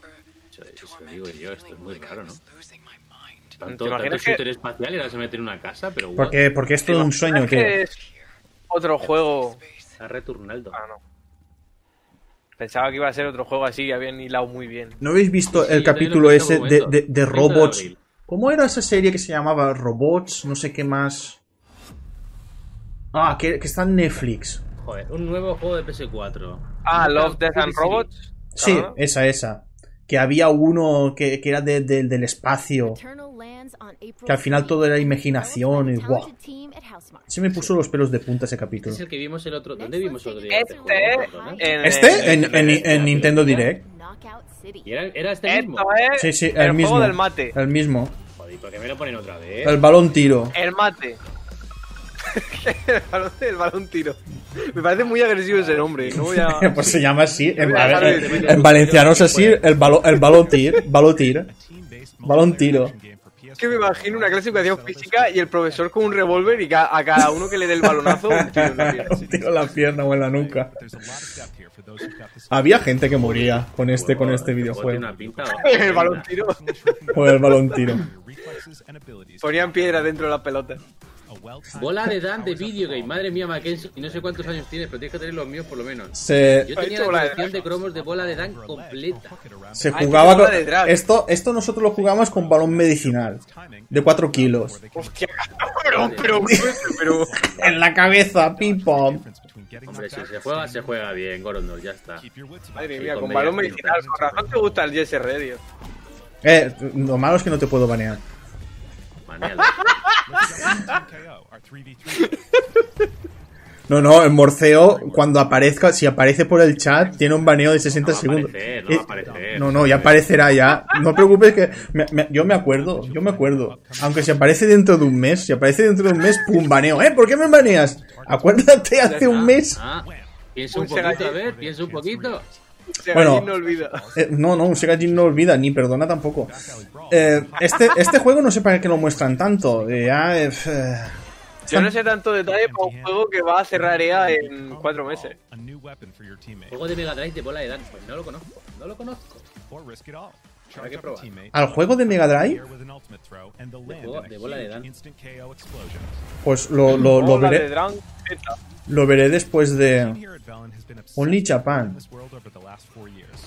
[SPEAKER 2] Eso, eh, eso digo yo, esto es muy raro, ¿no?
[SPEAKER 4] ¿Te
[SPEAKER 2] Tanto,
[SPEAKER 4] imaginas
[SPEAKER 2] tanto
[SPEAKER 4] que-
[SPEAKER 2] shooter espacial y ahora se mete en una casa, pero what?
[SPEAKER 3] Porque, porque es todo un sueño,
[SPEAKER 4] ¿Sabes que
[SPEAKER 3] tío.
[SPEAKER 4] es otro juego.
[SPEAKER 2] Está returnaldo.
[SPEAKER 4] Ah, no. Pensaba que iba a ser otro juego así, habían hilado muy bien.
[SPEAKER 3] ¿No habéis visto
[SPEAKER 2] Sí,
[SPEAKER 3] el
[SPEAKER 2] yo también lo
[SPEAKER 3] capítulo
[SPEAKER 2] vi en algún
[SPEAKER 3] ese de,
[SPEAKER 2] momento.
[SPEAKER 3] de- de
[SPEAKER 2] 30 de
[SPEAKER 3] robots?
[SPEAKER 2] abril.
[SPEAKER 3] ¿Cómo era esa serie que se llamaba Robots? No sé qué más. Ah, que, que está en Netflix.
[SPEAKER 2] Joder, un nuevo juego de PS4.
[SPEAKER 4] Ah,
[SPEAKER 2] No,
[SPEAKER 4] Love,
[SPEAKER 2] pero-
[SPEAKER 4] Death and Robots.
[SPEAKER 3] Sí,
[SPEAKER 4] Ah.
[SPEAKER 3] esa, esa. Que había uno que, que era de- de- del espacio.
[SPEAKER 5] Que al final todo era imaginación y guau.
[SPEAKER 3] Se me puso los pelos de punta ese capítulo.
[SPEAKER 2] Es el que vimos el otro. ¿Dónde vimos el otro día?
[SPEAKER 4] Este,
[SPEAKER 2] juego, ¿no?
[SPEAKER 4] en-
[SPEAKER 3] ¿Este? En, en-
[SPEAKER 5] eh,
[SPEAKER 3] en Nintendo Direct.
[SPEAKER 2] ¿Y era, era este mismo?
[SPEAKER 4] Esto es
[SPEAKER 3] Sí, sí,
[SPEAKER 4] el,
[SPEAKER 3] el mismo.
[SPEAKER 4] juego del mate.
[SPEAKER 3] El mismo.
[SPEAKER 2] Joder, ¿y por qué me lo ponen otra vez?
[SPEAKER 3] El balón tiro.
[SPEAKER 4] El mate. <laughs> el, balón, el balón tiro. Me parece muy agresivo ese nombre. No voy
[SPEAKER 3] <laughs>
[SPEAKER 4] a...
[SPEAKER 3] Pues se llama así. En,
[SPEAKER 4] a
[SPEAKER 3] va-
[SPEAKER 4] dejar de-
[SPEAKER 3] en- en valenciano es así. El, balo- el balón tiro. Balón tiro. Balón tiro.
[SPEAKER 4] Es que me imagino una clasificación física y el profesor con un revólver y ca- a cada uno que le dé el balonazo un
[SPEAKER 3] <laughs>
[SPEAKER 4] tiro en la <laughs> pierna.
[SPEAKER 3] Un tiro en la pierna o en la nuca. Había gente que moría con este, con este
[SPEAKER 2] Tiene
[SPEAKER 3] videojuego.
[SPEAKER 2] una pinta.
[SPEAKER 4] <laughs> El balón tiro.
[SPEAKER 3] Por el balón tiro.
[SPEAKER 4] Ponían piedra dentro de las pelotas.
[SPEAKER 2] Bola de Dan de video game. Madre mía, Mackenzie. Y no sé cuántos años tienes, pero tienes que tener los míos por lo menos.
[SPEAKER 3] Se,
[SPEAKER 2] Yo tenía
[SPEAKER 4] hecho bola
[SPEAKER 2] la
[SPEAKER 4] de
[SPEAKER 2] colección de cromos de bola de Dan completa.
[SPEAKER 3] se
[SPEAKER 4] Ay,
[SPEAKER 3] jugaba
[SPEAKER 4] qué bola
[SPEAKER 3] con.
[SPEAKER 4] de drag.
[SPEAKER 3] Esto, esto nosotros lo jugamos con balón medicinal. De 4 kilos.
[SPEAKER 4] Hostia, <laughs> cabrón,
[SPEAKER 3] <laughs>
[SPEAKER 4] pero, pero,
[SPEAKER 3] En la cabeza, pim pom.
[SPEAKER 2] Hombre, si se juega, se juega bien, Gorondor, ya está.
[SPEAKER 4] Madre mía, con balón medicinal, con razón te gusta el Jesse <laughs> Radio.
[SPEAKER 3] Eh, lo malo es que no te puedo banear.
[SPEAKER 2] Maniala.
[SPEAKER 3] No, no, el Morceo, cuando aparezca, si aparece por el chat, tiene un baneo de 60
[SPEAKER 2] No va a
[SPEAKER 3] segundos.
[SPEAKER 2] aparecer, no va a
[SPEAKER 3] Eh,
[SPEAKER 2] aparecer.
[SPEAKER 3] no, no, ya aparecerá ya. No preocupes que. me- me- yo me acuerdo, yo me acuerdo. Aunque si aparece dentro de un mes, si aparece dentro de un mes, pum, baneo. ¿Eh? ¿Por qué me baneas? Acuérdate hace un mes.
[SPEAKER 2] Ah, piensa un
[SPEAKER 4] Un Sega
[SPEAKER 2] poquito, a
[SPEAKER 4] Gear.
[SPEAKER 2] ver, piensa un poquito.
[SPEAKER 4] Se
[SPEAKER 3] Bueno.
[SPEAKER 4] no olvida.
[SPEAKER 3] Eh, no, no, Sega Jim no olvida, ni perdona tampoco. Eh, este, este juego no sé para qué lo muestran tanto. Eh, ah, eh, eh.
[SPEAKER 4] Yo no sé tanto detalle para un juego que va a cerrar EA en cuatro meses.
[SPEAKER 2] Juego de Mega Drive de bola de Dan. Pues no lo conozco, no lo conozco. Habrá que probar.
[SPEAKER 3] ¿Al juego de Mega Drive?
[SPEAKER 2] juego de bola de Dan.
[SPEAKER 3] Pues lo, lo, lo
[SPEAKER 4] Hola, de
[SPEAKER 3] veré,
[SPEAKER 4] Dragon Z.
[SPEAKER 3] lo veré después de Only Japan.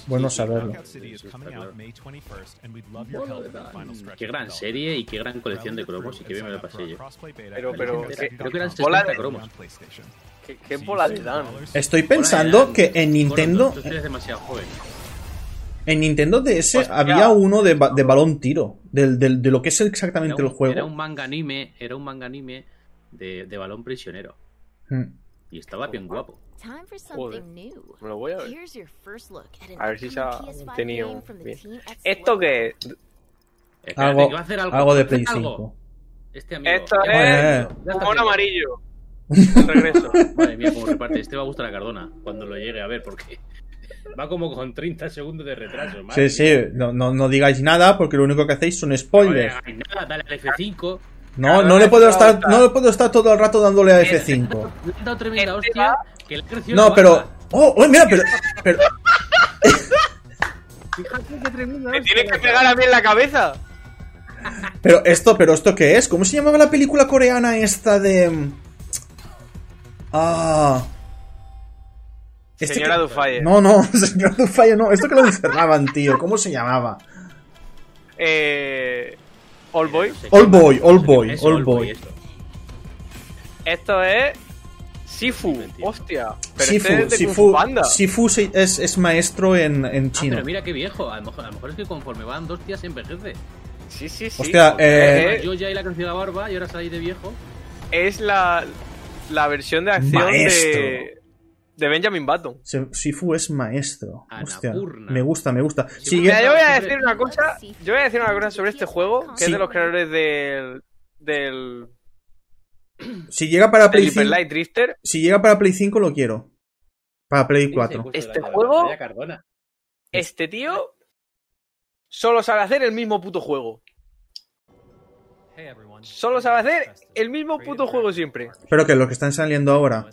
[SPEAKER 3] Bueno saberlo.
[SPEAKER 2] Qué gran serie y qué gran colección de cromos y qué bien me lo pasé yo.
[SPEAKER 4] Pero, pero, ¿qué,
[SPEAKER 2] Creo que eran
[SPEAKER 4] Bola
[SPEAKER 2] 60
[SPEAKER 4] de-
[SPEAKER 2] cromos.
[SPEAKER 4] qué, qué bola de Dan?
[SPEAKER 3] Estoy pensando
[SPEAKER 2] Bola de Dan.
[SPEAKER 3] que en Nintendo,
[SPEAKER 2] Gorondor, tú eres demasiado joven.
[SPEAKER 3] en Nintendo DS
[SPEAKER 4] Hostia.
[SPEAKER 3] había uno de, ba- de balón tiro, del- del- de lo que es
[SPEAKER 2] Era
[SPEAKER 3] exactamente
[SPEAKER 2] un,
[SPEAKER 3] el
[SPEAKER 2] era un
[SPEAKER 3] juego.
[SPEAKER 2] manga anime, era un manga anime de, de balón prisionero.
[SPEAKER 3] Mm.
[SPEAKER 2] Y estaba bien guapo.
[SPEAKER 4] Joder. Me lo voy a ver.
[SPEAKER 5] A ver si se ha tenido bien.
[SPEAKER 4] ¿Esto qué es?
[SPEAKER 2] Espérate,
[SPEAKER 3] Algo,
[SPEAKER 2] que va a hacer algo.
[SPEAKER 3] algo
[SPEAKER 2] va
[SPEAKER 3] de
[SPEAKER 2] a hacer
[SPEAKER 3] Play
[SPEAKER 2] algo.
[SPEAKER 3] 5.
[SPEAKER 2] Este amigo.
[SPEAKER 4] Esto
[SPEAKER 2] Ya está
[SPEAKER 3] Eh.
[SPEAKER 4] es
[SPEAKER 2] haciendo, ya está
[SPEAKER 4] Humor
[SPEAKER 2] haciendo.
[SPEAKER 3] <laughs>
[SPEAKER 4] amarillo. El regreso.
[SPEAKER 2] Madre mía, cómo reparte. Este va a gustar a Cardona cuando lo llegue a ver, porque <laughs> va como con 30 segundos de retraso.
[SPEAKER 3] Sí,
[SPEAKER 2] madre
[SPEAKER 3] sí,
[SPEAKER 2] mía.
[SPEAKER 3] no, no, no digáis nada porque lo único que hacéis son
[SPEAKER 2] No le
[SPEAKER 3] spoilers.
[SPEAKER 2] hagáis nada, dale al F5.
[SPEAKER 3] No, no le puedo estar, no le puedo estar todo el rato dándole a F5.
[SPEAKER 2] Le han dado tremenda
[SPEAKER 4] Este
[SPEAKER 2] hostia.
[SPEAKER 4] va-
[SPEAKER 2] Que le ha crecido la
[SPEAKER 3] No, pero.
[SPEAKER 2] barba.
[SPEAKER 3] Oh, oh, mira, pero. pero-
[SPEAKER 2] Fíjate qué tremenda
[SPEAKER 4] Me
[SPEAKER 2] hostia.
[SPEAKER 4] tienes que pegar a mí en la cabeza.
[SPEAKER 3] Pero esto, pero esto qué es? ¿Cómo se llamaba la película coreana esta de mm, Ah. Este
[SPEAKER 4] Señora
[SPEAKER 3] que-
[SPEAKER 4] Dufalle.
[SPEAKER 3] No, no, <laughs> señor Dufay, no. Esto
[SPEAKER 2] <laughs>
[SPEAKER 3] que lo encerraban, tío. ¿Cómo se llamaba?
[SPEAKER 4] Eh, All Boy.
[SPEAKER 3] All boy, all boy,
[SPEAKER 2] Eso,
[SPEAKER 3] all boy.
[SPEAKER 2] eso.
[SPEAKER 4] Esto es Sifu.
[SPEAKER 2] Mentira.
[SPEAKER 4] Hostia. Pero
[SPEAKER 3] Sifu,
[SPEAKER 4] este es de Kung Fu
[SPEAKER 3] Sifu,
[SPEAKER 4] Panda.
[SPEAKER 3] Sifu se- es, es maestro en, en
[SPEAKER 2] Ah,
[SPEAKER 3] chino.
[SPEAKER 2] pero mira qué viejo. A lo, mejor, a lo mejor es que conforme van dos tías se envejece.
[SPEAKER 4] Sí, sí, sí.
[SPEAKER 3] Hostia, eh,
[SPEAKER 4] Es-
[SPEAKER 2] Yo ya la crecí la barba y ahora salí de viejo.
[SPEAKER 4] Es la, la versión de acción
[SPEAKER 3] Maestro.
[SPEAKER 4] de, de Benjamin Button.
[SPEAKER 3] Se- Sifu es maestro. Hostia,
[SPEAKER 2] Annapurna.
[SPEAKER 3] me gusta, me gusta.
[SPEAKER 2] Sifu-
[SPEAKER 3] Sigue-
[SPEAKER 4] Mira, yo voy a
[SPEAKER 2] Siempre-
[SPEAKER 4] decir una cosa. Yo voy a decir una cosa sobre este juego, que
[SPEAKER 3] Sí.
[SPEAKER 4] es de los creadores del. del.
[SPEAKER 3] si llega para
[SPEAKER 4] del
[SPEAKER 3] Play
[SPEAKER 4] Hyper
[SPEAKER 3] 5,
[SPEAKER 4] Light Drifter.
[SPEAKER 3] si llega para Play 5 lo quiero. Para Play
[SPEAKER 2] Sí, pues.
[SPEAKER 3] 4.
[SPEAKER 2] se ha puesto
[SPEAKER 4] Este
[SPEAKER 2] delante de la
[SPEAKER 4] juego-
[SPEAKER 2] pantalla Cardona.
[SPEAKER 4] Este tío. Solo sabe hacer el mismo puto juego.
[SPEAKER 6] Solo sabe hacer el mismo puto juego siempre.
[SPEAKER 3] Pero que los que están saliendo ahora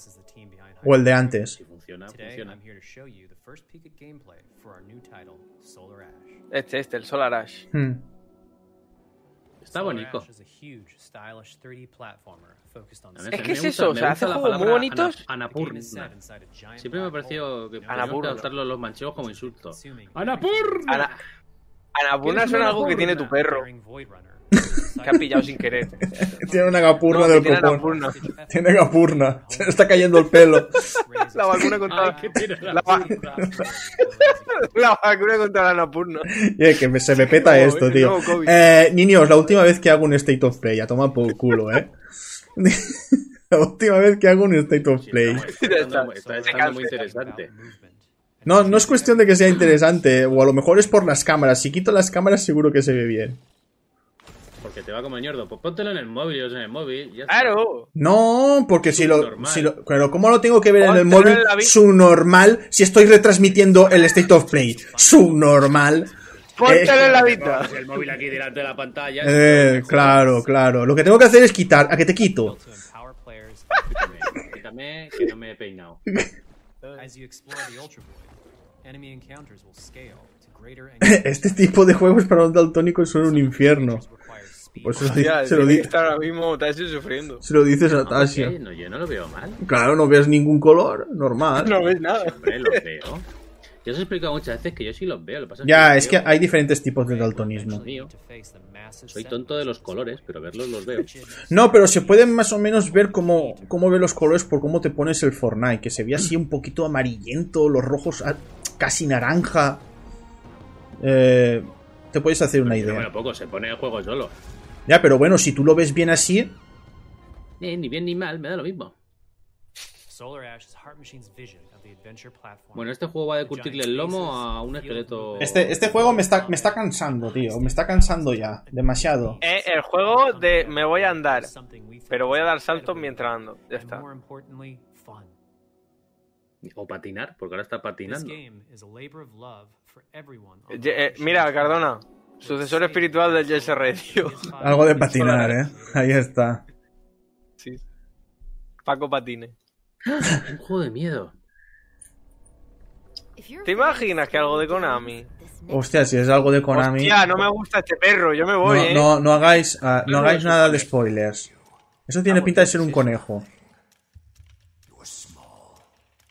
[SPEAKER 3] o el de antes.
[SPEAKER 2] Sí, funciona, funciona.
[SPEAKER 4] Este, este, el Solar Ash.
[SPEAKER 3] Hmm.
[SPEAKER 2] <laughs> Está bonito. A mí
[SPEAKER 4] Es
[SPEAKER 2] me
[SPEAKER 4] que es
[SPEAKER 2] gusta-
[SPEAKER 4] eso, o
[SPEAKER 2] me gusta
[SPEAKER 4] sea, hace
[SPEAKER 2] la
[SPEAKER 4] juegos muy
[SPEAKER 2] palabra
[SPEAKER 4] bonitos.
[SPEAKER 2] ana- Anapurna. Siempre me ha parecido que podríamos
[SPEAKER 4] Anapurna.
[SPEAKER 2] tratarlo los manchegos como insulto.
[SPEAKER 6] ¡Anapurna!
[SPEAKER 4] Ana- Anapurna
[SPEAKER 2] ¿Quieres
[SPEAKER 4] suena
[SPEAKER 2] una
[SPEAKER 4] algo que tiene tu perro, que
[SPEAKER 6] que
[SPEAKER 4] has pillado sin <laughs> querer.
[SPEAKER 3] Tiene una gapurna
[SPEAKER 4] No,
[SPEAKER 3] del
[SPEAKER 4] que tiene
[SPEAKER 3] copón.
[SPEAKER 4] Anapurna.
[SPEAKER 3] <laughs> Tiene gapurna. Se le está cayendo el pelo. <laughs>
[SPEAKER 4] La vacuna contra, la, va- la vacuna contra la <laughs> Anapurna.
[SPEAKER 3] Y es Eh, que me- se
[SPEAKER 2] <laughs>
[SPEAKER 3] me peta
[SPEAKER 4] No,
[SPEAKER 3] esto,
[SPEAKER 4] eh,
[SPEAKER 3] tío.
[SPEAKER 4] no, COVID.
[SPEAKER 3] Eh, niños, la última vez que hago un State of Play, a tomar por culo,
[SPEAKER 2] <laughs>
[SPEAKER 3] eh. <laughs> la última vez que hago un State of Play.
[SPEAKER 2] Está,
[SPEAKER 4] Ya
[SPEAKER 2] está,
[SPEAKER 4] está. Se
[SPEAKER 2] estando
[SPEAKER 4] cansa.
[SPEAKER 2] muy interesante.
[SPEAKER 3] No, no es cuestión de que sea interesante, o a lo mejor es por las cámaras. Si quito las cámaras, seguro que se ve bien.
[SPEAKER 2] Porque te va como el ñordo. Pues póntelo en el móvil, o sea, en el móvil. ya está.
[SPEAKER 4] Claro.
[SPEAKER 3] No, porque si lo,
[SPEAKER 2] Subnormal.
[SPEAKER 3] si lo- Pero, ¿cómo lo tengo que ver en el
[SPEAKER 4] Ponte
[SPEAKER 3] móvil
[SPEAKER 4] en la vi-
[SPEAKER 3] subnormal si estoy retransmitiendo el State of Play? Subnormal.
[SPEAKER 4] Póntelo en la vista.
[SPEAKER 2] El móvil aquí delante de la pantalla.
[SPEAKER 3] Eh, claro, claro. Lo que tengo que hacer es quitar. ¿A qué te quito?
[SPEAKER 6] <laughs>
[SPEAKER 2] Quítame, que no me he peinado.
[SPEAKER 3] <laughs> <laughs> Este tipo de juegos para un daltónico son un infierno. Por eso se lo di-
[SPEAKER 4] Ya,
[SPEAKER 3] se lo,
[SPEAKER 4] tiene
[SPEAKER 3] di-
[SPEAKER 4] que estar ahora mismo, te has hecho sufriendo.
[SPEAKER 3] se lo dices a
[SPEAKER 2] No,
[SPEAKER 3] Tasia.
[SPEAKER 2] ¿qué? No, yo no lo veo mal.
[SPEAKER 3] Claro, no veas ningún color, normal.
[SPEAKER 4] No ves nada.
[SPEAKER 2] Hombre, los veo. Yo os he explicado muchas veces que yo sí los veo. Lo que pasa
[SPEAKER 3] Ya,
[SPEAKER 2] los
[SPEAKER 3] es que
[SPEAKER 2] veo-
[SPEAKER 3] hay diferentes tipos de daltonismo.
[SPEAKER 2] Soy tonto de los colores, pero verlos los veo.
[SPEAKER 3] No, pero se pueden más o menos ver cómo, cómo ve los colores por cómo te pones el Fortnite, que se ve así un poquito amarillento, los rojos a- casi naranja. Eh, te puedes hacer una
[SPEAKER 2] Pero
[SPEAKER 3] idea.
[SPEAKER 2] bueno, poco, se pone el juego solo.
[SPEAKER 3] Ya, pero bueno, si tú lo ves bien así,
[SPEAKER 2] Eh, ni bien ni mal, me da lo mismo. Bueno, este juego va de curtirle el lomo a un esqueleto.
[SPEAKER 3] este, este juego me está, me está cansando, tío. Me está cansando ya, demasiado.
[SPEAKER 4] Eh, el juego de me voy a andar, pero voy a dar saltos mientras ando. Ya está.
[SPEAKER 2] O patinar, porque ahora está patinando.
[SPEAKER 4] Ye- eh, mira, Cardona, sucesor espiritual del Jesse Radio. <laughs>
[SPEAKER 3] Algo de patinar, eh. Ahí está.
[SPEAKER 4] Sí. Paco Patine.
[SPEAKER 2] Un juego de miedo.
[SPEAKER 5] ¿Te imaginas que algo de Konami?
[SPEAKER 3] Hostia, si es algo de Konami.
[SPEAKER 4] Hostia, no me gusta este perro, yo me
[SPEAKER 3] No,
[SPEAKER 4] voy, eh.
[SPEAKER 3] no, no hagáis, ah, no hagáis nada de spoilers. Eso
[SPEAKER 4] Ah,
[SPEAKER 3] tiene pinta
[SPEAKER 4] pues
[SPEAKER 3] de ser un conejo.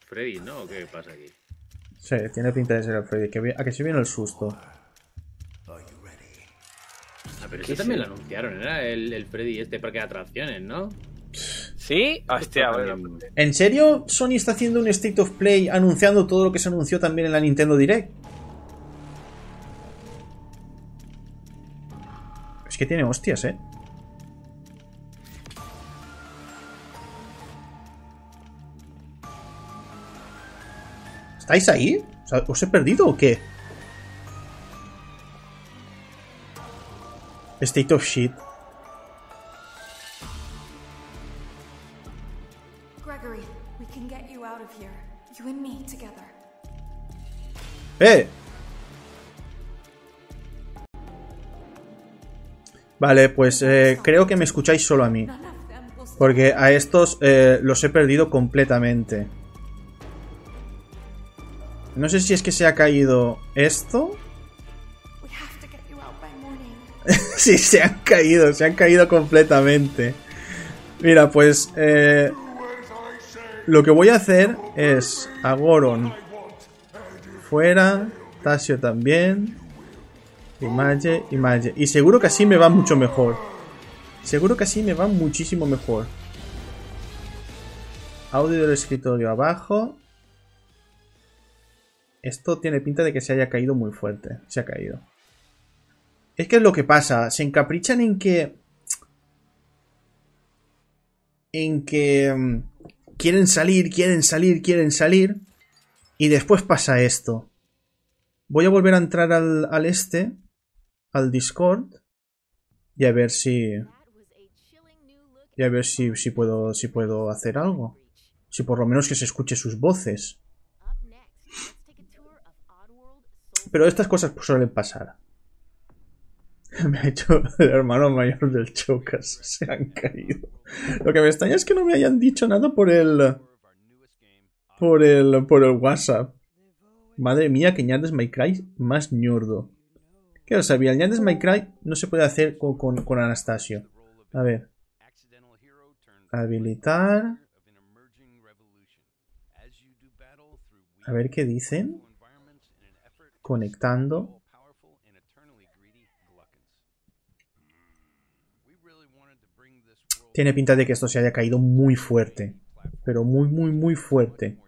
[SPEAKER 2] Freddy, ¿no? ¿O ¿Qué pasa aquí?
[SPEAKER 3] Sí, tiene pinta de ser el Freddy. Que vi- a que se viene el susto.
[SPEAKER 2] Ah, pero eso también lo anunciaron, era el, el Freddy este parque de atracciones, ¿no? Em,
[SPEAKER 4] ¿Sí? Hostia, bueno.
[SPEAKER 2] También-
[SPEAKER 3] ¿En serio Sony está haciendo un State of Play anunciando todo lo que se anunció también en la Nintendo Direct? Es que tiene hostias, ¿eh? ¿Estáis ahí? O sea, ¿Os he perdido o qué? State of Shit.
[SPEAKER 7] Gregory, we can get you out of here. You and me together.
[SPEAKER 3] ¡Eh! Vale, pues eh, creo que me escucháis solo a mí.
[SPEAKER 7] None of them will stop
[SPEAKER 3] Porque a estos eh, los he perdido completamente. No sé si es que se ha caído esto.
[SPEAKER 7] We have to get you out by morning.
[SPEAKER 3] <laughs> sí, se han caído, se han caído completamente. Mira, pues... eh, Lo que voy a hacer es a Goron fuera, Tasio también, Image, Image. Y seguro que así me va mucho mejor. Seguro que así me va muchísimo mejor. Audio del escritorio abajo. Esto tiene pinta de que se haya caído muy fuerte. Se ha caído. Es que es lo que pasa. Se encaprichan en que. En que. mm, Quieren salir, quieren salir, quieren salir. Y después pasa esto. Voy a volver a entrar al, al este. Al Discord. Y a ver si. Y a ver si, si puedo. Si puedo hacer algo. Si por lo menos que se escuche sus voces. Pero estas cosas pues, suelen pasar. <laughs> Me ha hecho el hermano mayor del Chocas. <laughs> Se han caído. Lo que me extraña es que no me hayan dicho nada por el. Por el. Por el WhatsApp. Madre mía, que ñardes My Cry más ñordo. Que lo sabía, el ñardes My Cry no se puede hacer con, con- con Anastasio. A ver. Habilitar. A ver qué dicen. Conectando.
[SPEAKER 7] Mm,
[SPEAKER 3] Tiene pinta de que esto se haya caído muy fuerte. Pero muy, muy, muy fuerte.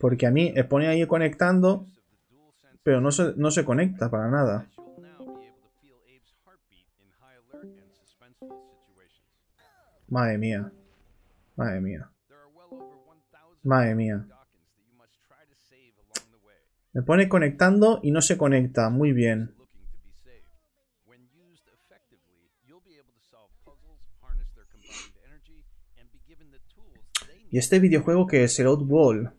[SPEAKER 3] Porque a mí me pone ahí conectando, pero no se, no se conecta para nada. Madre mía. Madre mía. Madre mía. Me pone conectando y no se conecta. Muy bien. Y este videojuego que es el Outwall.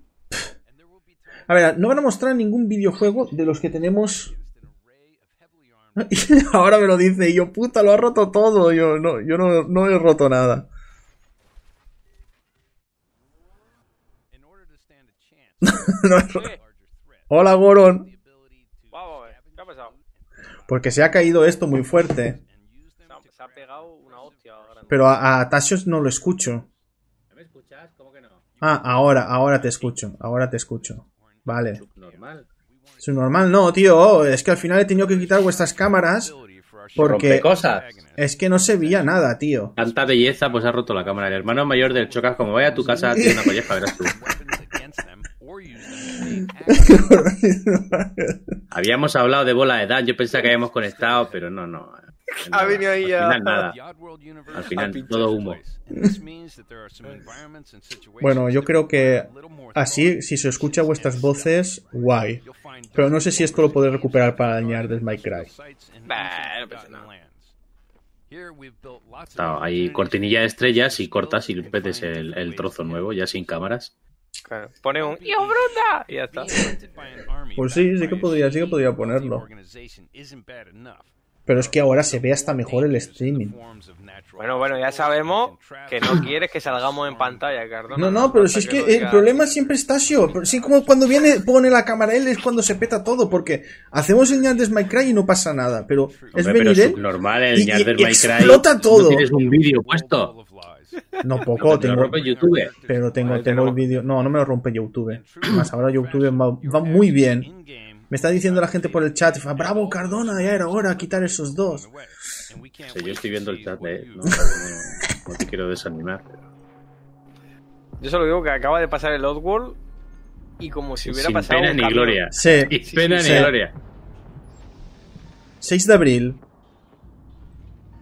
[SPEAKER 3] A ver, no van a mostrar ningún videojuego de los que tenemos. <laughs> Ahora me lo dice y yo, puta, lo ha roto todo. Yo no, yo no, no he roto nada. <laughs> No he roto- Hola, Goron.
[SPEAKER 4] Vamos a ver, ¿qué ha pasado?
[SPEAKER 3] Porque se ha caído esto muy fuerte.
[SPEAKER 4] Se ha, se ha pegado una hostia ahora.
[SPEAKER 3] Pero a, a Tasios no lo escucho.
[SPEAKER 2] ¿No me escuchas? ¿Cómo que no?
[SPEAKER 3] Ah, ahora, ahora te escucho. Ahora te escucho. Vale.
[SPEAKER 2] Normal.
[SPEAKER 3] Su normal no, tío. Es que al final he tenido que quitar vuestras cámaras.
[SPEAKER 8] Rompe
[SPEAKER 3] Porque
[SPEAKER 8] cosas.
[SPEAKER 3] es que no se veía nada,
[SPEAKER 8] <laughs>
[SPEAKER 3] tío.
[SPEAKER 2] Tanta belleza, pues ha roto la cámara. El hermano mayor del Chocas, como vaya a tu casa, tiene una colleja, verás tú.
[SPEAKER 3] <laughs>
[SPEAKER 2] Habíamos hablado de bola de Dan, yo pensaba que habíamos conectado, pero no, no.
[SPEAKER 4] <laughs> Ha venido ahí a-
[SPEAKER 2] Al final nada. Al final todo humo.
[SPEAKER 3] Bueno, yo creo que así, si se escucha vuestras voces, guay. Pero no sé si esto lo podré recuperar para dañar del My Cry.
[SPEAKER 4] Bah, no pasa nada.
[SPEAKER 2] Claro, hay cortinilla de estrellas y cortas y metes el, el trozo nuevo, ya sin cámaras.
[SPEAKER 4] Claro, Pone un ¡Hijo Brunda! <laughs> Y ya está.
[SPEAKER 3] Pues sí, sí que podría, sí que podría ponerlo. Pero es que ahora se ve hasta mejor el streaming.
[SPEAKER 4] Bueno, bueno, ya sabemos que no quieres que salgamos en pantalla, Cardona.
[SPEAKER 3] No, no, pero si es
[SPEAKER 4] Falta
[SPEAKER 3] que
[SPEAKER 4] lo
[SPEAKER 3] el
[SPEAKER 4] diga.
[SPEAKER 3] problema siempre es Tasio. Pero Sí, como cuando viene, pone la cámara él, es cuando se peta todo, porque hacemos el Ñandes My Cry y no pasa nada. Pero es
[SPEAKER 2] Hombre, pero
[SPEAKER 3] venir él.
[SPEAKER 2] subnormal
[SPEAKER 3] y-
[SPEAKER 2] el
[SPEAKER 3] y-
[SPEAKER 2] Yard del
[SPEAKER 3] y
[SPEAKER 2] Minecraft.
[SPEAKER 3] explota todo.
[SPEAKER 2] No tienes un vídeo puesto.
[SPEAKER 3] No poco,
[SPEAKER 2] Te lo
[SPEAKER 3] tengo.
[SPEAKER 2] rompe YouTube.
[SPEAKER 3] Pero tengo, tengo el vídeo. No, no me lo rompe YouTube. eh. Más ahora YouTube va, va muy bien. Me está diciendo la gente por el chat, fa, bravo Cardona, ya era hora de quitar esos dos.
[SPEAKER 2] O sea, yo estoy viendo el chat, ¿eh? No, no, no, no te quiero desanimar.
[SPEAKER 4] Yo solo digo que acaba de pasar el Outworld y como si hubiera
[SPEAKER 2] Sin
[SPEAKER 4] pasado.
[SPEAKER 2] pena
[SPEAKER 4] un
[SPEAKER 2] ni
[SPEAKER 4] camión.
[SPEAKER 2] gloria.
[SPEAKER 3] Sí,
[SPEAKER 2] <laughs> Sin pena
[SPEAKER 3] sí.
[SPEAKER 2] ni gloria.
[SPEAKER 3] 6 de abril.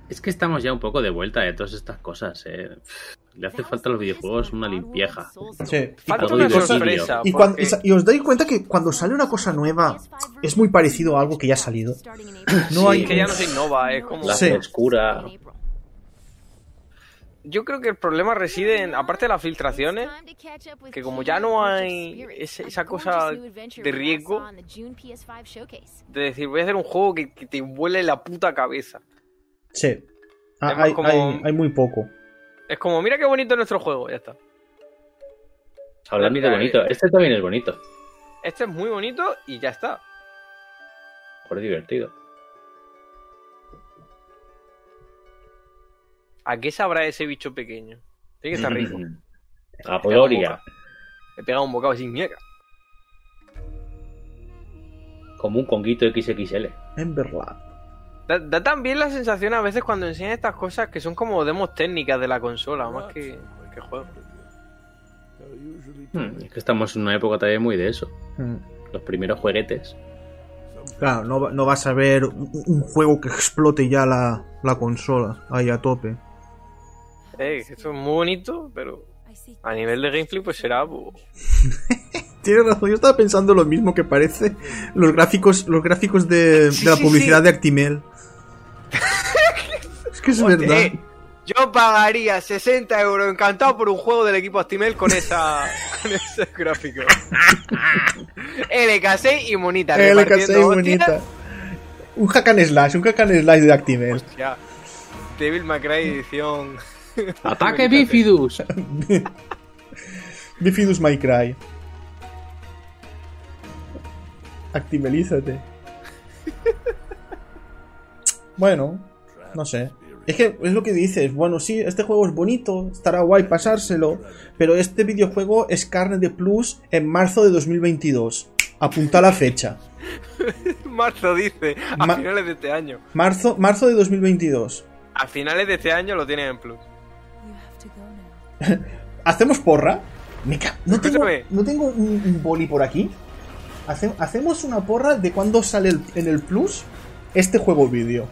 [SPEAKER 2] Es que estamos ya un poco de vuelta de todas estas cosas, ¿eh? Le hace falta a los videojuegos una limpieja.
[SPEAKER 3] Sí.
[SPEAKER 4] Falta
[SPEAKER 2] Algo
[SPEAKER 4] una
[SPEAKER 2] divertido.
[SPEAKER 4] sorpresa.
[SPEAKER 3] Y, cuando- y
[SPEAKER 4] porque-
[SPEAKER 3] sa- y os dais cuenta que cuando sale una cosa nueva, Ah, es muy parecido a algo que ya ha salido. No <laughs>
[SPEAKER 4] Sí,
[SPEAKER 3] hay-
[SPEAKER 4] es que ya no se innova, es como.
[SPEAKER 2] La
[SPEAKER 3] Sí.
[SPEAKER 2] frescura.
[SPEAKER 4] Yo creo que el problema reside en, aparte de las filtraciones, que como ya no hay ese- esa cosa de riesgo, de decir, voy a hacer un juego que, que te vuele la puta cabeza.
[SPEAKER 3] Sí. Ah,
[SPEAKER 4] Además,
[SPEAKER 3] hay-
[SPEAKER 4] como-
[SPEAKER 3] hay- hay muy poco.
[SPEAKER 4] Es como, mira qué bonito es nuestro juego, ya está.
[SPEAKER 2] Hablando de bonito, este también es bonito.
[SPEAKER 4] Este es muy bonito y ya está.
[SPEAKER 2] Por divertido.
[SPEAKER 4] ¿A qué sabrá ese bicho pequeño? Tiene que estar rico.
[SPEAKER 2] Mm. A Gloria.
[SPEAKER 4] Le pega un bocado sin mierda.
[SPEAKER 2] Como un conguito XXL.
[SPEAKER 3] En verdad.
[SPEAKER 4] Da, da también la sensación a veces cuando enseñan estas cosas que son como demos técnicas de la consola, más que, que juego.
[SPEAKER 2] Mm, Es que estamos en una época también muy de eso.
[SPEAKER 3] Mm.
[SPEAKER 2] Los primeros juguetes.
[SPEAKER 3] Claro, no, va- no vas a ver un, un juego que explote ya la, la consola ahí a tope.
[SPEAKER 4] Eh, que esto es muy bonito, pero a nivel de gameplay pues será... pues,
[SPEAKER 3] Tienes razón, yo estaba pensando lo mismo que parece los gráficos, los gráficos de,
[SPEAKER 4] Sí,
[SPEAKER 3] de la
[SPEAKER 4] sí,
[SPEAKER 3] publicidad
[SPEAKER 4] sí.
[SPEAKER 3] de Actimel. es que es
[SPEAKER 4] Joder.
[SPEAKER 3] verdad.
[SPEAKER 4] Yo pagaría 60 euros encantado por un juego del equipo Actimel con <laughs> esa con ese gráfico. <laughs> LK6 y monita.
[SPEAKER 3] Eh, LK6
[SPEAKER 4] repartiendo
[SPEAKER 3] bonita.
[SPEAKER 4] hostias.
[SPEAKER 3] Un hack and slash, un hack and slash de Actimel.
[SPEAKER 4] Ya. Devil May Cry edición. <laughs>
[SPEAKER 1] ¡Ataque Bifidus!
[SPEAKER 3] Bifidus My Cry. Actimelízate. bueno, no sé. Es que es lo que dices. Bueno, sí, este juego es bonito, estará guay pasárselo, pero este videojuego es carne de plus en marzo de 2022. Apunta la fecha.
[SPEAKER 4] Marzo dice, a
[SPEAKER 3] Ma-
[SPEAKER 4] finales de este año.
[SPEAKER 3] Marzo, marzo de 2022.
[SPEAKER 4] A finales de este año lo tienen en plus.
[SPEAKER 9] You have to go now.
[SPEAKER 3] ¿Hacemos porra? Me ca- no, tengo,
[SPEAKER 4] Escúchame.
[SPEAKER 3] no tengo un, un boli por aquí. Hace- ¿Hacemos una porra de cuándo sale el- en el Plus este juego vídeo?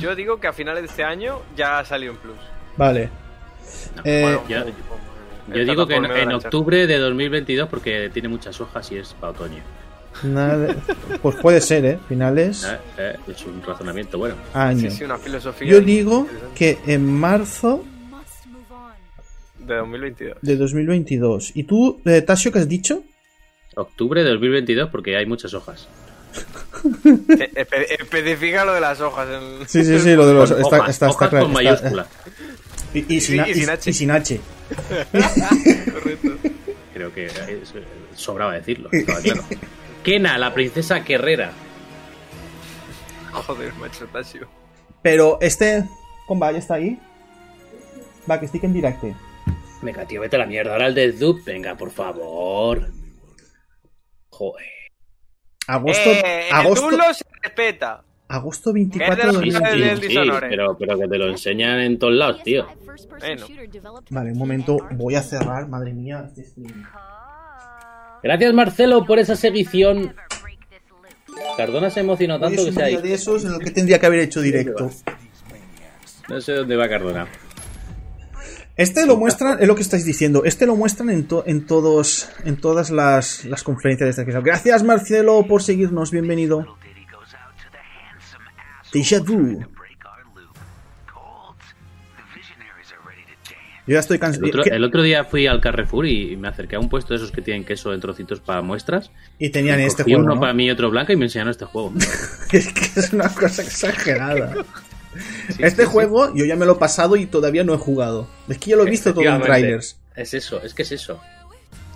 [SPEAKER 4] Yo digo que a finales de este año ya ha salido en plus.
[SPEAKER 3] Vale. Eh,
[SPEAKER 2] yo- Yo
[SPEAKER 4] El
[SPEAKER 2] digo que en,
[SPEAKER 4] plataforma
[SPEAKER 2] en
[SPEAKER 4] de la
[SPEAKER 2] octubre de 2022 porque tiene muchas hojas y es para otoño.
[SPEAKER 3] nada- pues puede ser, ¿eh? Finales,
[SPEAKER 2] Eh, eh, Es un razonamiento bueno.
[SPEAKER 3] año.
[SPEAKER 4] Sí, sí, una filosofía
[SPEAKER 3] Yo
[SPEAKER 4] ahí
[SPEAKER 3] digo
[SPEAKER 4] interesante.
[SPEAKER 3] que en marzo
[SPEAKER 9] We must move on.
[SPEAKER 4] de 2022.
[SPEAKER 3] de 2022. ¿Y tú, eh, Tasio, qué has dicho?
[SPEAKER 2] Octubre de 2022 porque hay muchas hojas.
[SPEAKER 4] Eh, <laughs> espe- Especifica lo de las hojas. en-
[SPEAKER 3] Sí,
[SPEAKER 4] <laughs>
[SPEAKER 3] sí, sí, lo de los...
[SPEAKER 2] Con
[SPEAKER 3] Pues Está,
[SPEAKER 2] hojas,
[SPEAKER 3] está, está
[SPEAKER 2] hojas
[SPEAKER 3] claro,
[SPEAKER 2] con
[SPEAKER 3] está-
[SPEAKER 2] mayúscula.
[SPEAKER 3] Y, y sin,
[SPEAKER 4] Sí,
[SPEAKER 3] a-
[SPEAKER 4] y sin H.
[SPEAKER 3] y sin H.
[SPEAKER 4] Correcto.
[SPEAKER 2] Creo que eh, sobraba decirlo. Estaba claro. Kena, la princesa guerrera.
[SPEAKER 4] Joder, macho, Tasio.
[SPEAKER 3] Pero este... Comba, ya está ahí. Va, que estic en directo.
[SPEAKER 2] Venga, tío, vete a la mierda. Ahora el de Dup. Venga, por favor. Joder.
[SPEAKER 3] Agosto...
[SPEAKER 4] Eh,
[SPEAKER 3] agosto...
[SPEAKER 4] El Dunlop se respeta.
[SPEAKER 3] Agosto
[SPEAKER 4] Es de
[SPEAKER 3] 24
[SPEAKER 4] los
[SPEAKER 3] de
[SPEAKER 2] Sí,
[SPEAKER 4] finales
[SPEAKER 2] sí,
[SPEAKER 4] del
[SPEAKER 2] sí,
[SPEAKER 4] Dishonored.
[SPEAKER 2] pero, pero que te lo enseñan en todos lados, tío.
[SPEAKER 4] Bueno.
[SPEAKER 3] Vale, un momento, voy a cerrar, madre mía. este stream.
[SPEAKER 2] Gracias, Marcelo, por esa seguición. Cardona se emocionó
[SPEAKER 3] Hoy
[SPEAKER 2] tanto
[SPEAKER 3] es
[SPEAKER 2] que
[SPEAKER 3] un
[SPEAKER 2] se ha
[SPEAKER 3] día
[SPEAKER 2] ido.
[SPEAKER 3] de esos en el que tendría que haber hecho directo.
[SPEAKER 2] No sé dónde va Cardona.
[SPEAKER 3] Este lo muestran, es lo que estáis diciendo, este lo muestran en, to- en todos en todas las, las conferencias de esta empresa. Gracias Marcelo por seguirnos, bienvenido. Deja vu. Yo ya estoy
[SPEAKER 2] El
[SPEAKER 3] cansado.
[SPEAKER 2] otro, el otro día fui al Carrefour y me acerqué a un puesto de esos que tienen queso en trocitos para muestras.
[SPEAKER 3] Y tenían este
[SPEAKER 2] Cogí
[SPEAKER 3] juego.
[SPEAKER 2] uno
[SPEAKER 3] ¿no?
[SPEAKER 2] para mí y otro blanco y me enseñaron este
[SPEAKER 3] <laughs>
[SPEAKER 2] juego.
[SPEAKER 3] Es que es una cosa exagerada.
[SPEAKER 2] <laughs>
[SPEAKER 3] este juego yo ya me lo he pasado y todavía no he jugado. Es que yo lo he visto todo en
[SPEAKER 2] Efectivamente.
[SPEAKER 3] trailers.
[SPEAKER 2] Es eso, es que es eso.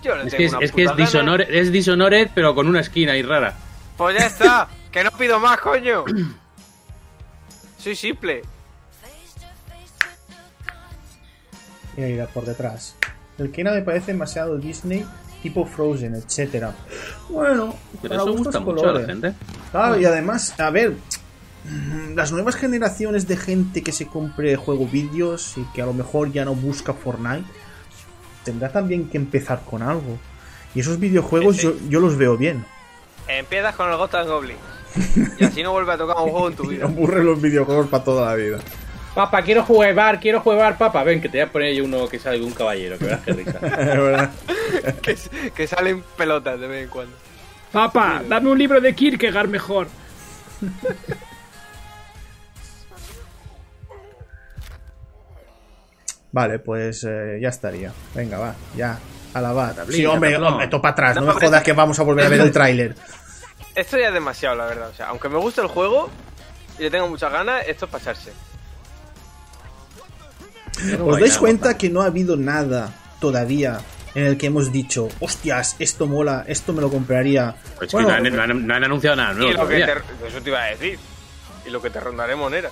[SPEAKER 4] Yo le
[SPEAKER 2] Es
[SPEAKER 4] tengo
[SPEAKER 2] que es,
[SPEAKER 4] una
[SPEAKER 2] es que es
[SPEAKER 4] puta gana.
[SPEAKER 2] Dishonored, es Dishonored, pero con una esquina ahí rara.
[SPEAKER 4] Pues ya está. que no pido más, coño. Soy simple.
[SPEAKER 3] Mira, mira, por detrás. El Kena me parece demasiado Disney, tipo Frozen, etcétera. Bueno,
[SPEAKER 2] Pero
[SPEAKER 3] para
[SPEAKER 2] eso
[SPEAKER 3] gustos
[SPEAKER 2] gusta mucho a
[SPEAKER 3] colores.
[SPEAKER 2] la gente.
[SPEAKER 3] Claro, y además, a ver, mm, las nuevas generaciones de gente que se compre juego vídeos y que a lo mejor ya no busca Fortnite, tendrá también que empezar con algo. Y esos videojuegos
[SPEAKER 4] Sí,
[SPEAKER 3] yo, yo los veo bien.
[SPEAKER 4] Empiezas con el Gotham Goblin. Y así no vuelves a tocar un juego en tu
[SPEAKER 3] <laughs>
[SPEAKER 4] vida.
[SPEAKER 3] Aburren los videojuegos para toda la vida.
[SPEAKER 1] Papá, quiero jugar, quiero jugar, papá. Ven, que te
[SPEAKER 2] Voy a poner yo uno que sea algún caballero, que verás qué <laughs> rica.
[SPEAKER 3] <laughs> Es verdad.
[SPEAKER 4] que, que salen pelotas de vez en cuando.
[SPEAKER 10] Papá, dame un libro de Kierkegaard mejor.
[SPEAKER 3] Vale, pues eh, ya estaría. Venga, va, ya. Alabad.
[SPEAKER 2] Tablilla,
[SPEAKER 3] Sí, hombre,
[SPEAKER 2] tablón.
[SPEAKER 3] hombre, topa atrás. No me
[SPEAKER 4] No, hombre.
[SPEAKER 3] jodas que vamos a volver a ver el <laughs> tráiler.
[SPEAKER 4] Esto ya es demasiado, la verdad. O sea, aunque me guste el juego y le tengo muchas ganas, esto es pasarse.
[SPEAKER 3] ¿Os dais cuenta que no ha habido nada todavía en el que hemos dicho, hostias, esto mola, esto me lo compraría?
[SPEAKER 2] Pues
[SPEAKER 3] Bueno,
[SPEAKER 2] que no han, no han- no han anunciado nada
[SPEAKER 4] Y
[SPEAKER 2] nuevo
[SPEAKER 4] lo que
[SPEAKER 2] todavía.
[SPEAKER 4] te, eso te iba a decir. Y lo que te rondaré moneda.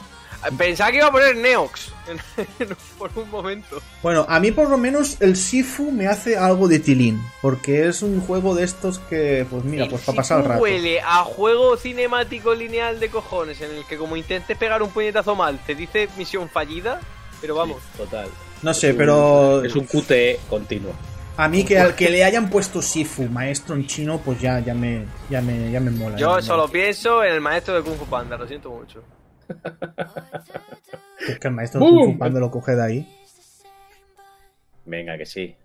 [SPEAKER 4] Pensaba que iba a poner Neox <laughs> por un momento.
[SPEAKER 3] Bueno, a mí por lo menos el Sifu me hace algo de tilín, porque es un juego de estos que, pues mira, pues para pasar el rato.
[SPEAKER 4] Huele a juego cinemático lineal de cojones, en el que como intentes pegar un puñetazo mal, te dice misión fallida, pero vamos.
[SPEAKER 11] Total.
[SPEAKER 3] No
[SPEAKER 11] Es
[SPEAKER 3] sé,
[SPEAKER 11] un-
[SPEAKER 3] pero
[SPEAKER 11] Es un QTE continuo.
[SPEAKER 3] a mí que al que le hayan puesto Sifu, maestro en chino, pues ya, ya me, ya me, ya me mola. ya
[SPEAKER 4] Yo
[SPEAKER 3] me
[SPEAKER 4] solo
[SPEAKER 3] mola.
[SPEAKER 4] pienso en el maestro de Kung Fu Panda, lo siento mucho.
[SPEAKER 3] Es que el maestro Kung Fu
[SPEAKER 6] ¡Bum!
[SPEAKER 3] Panda lo coge de ahí.
[SPEAKER 11] Venga, que sí.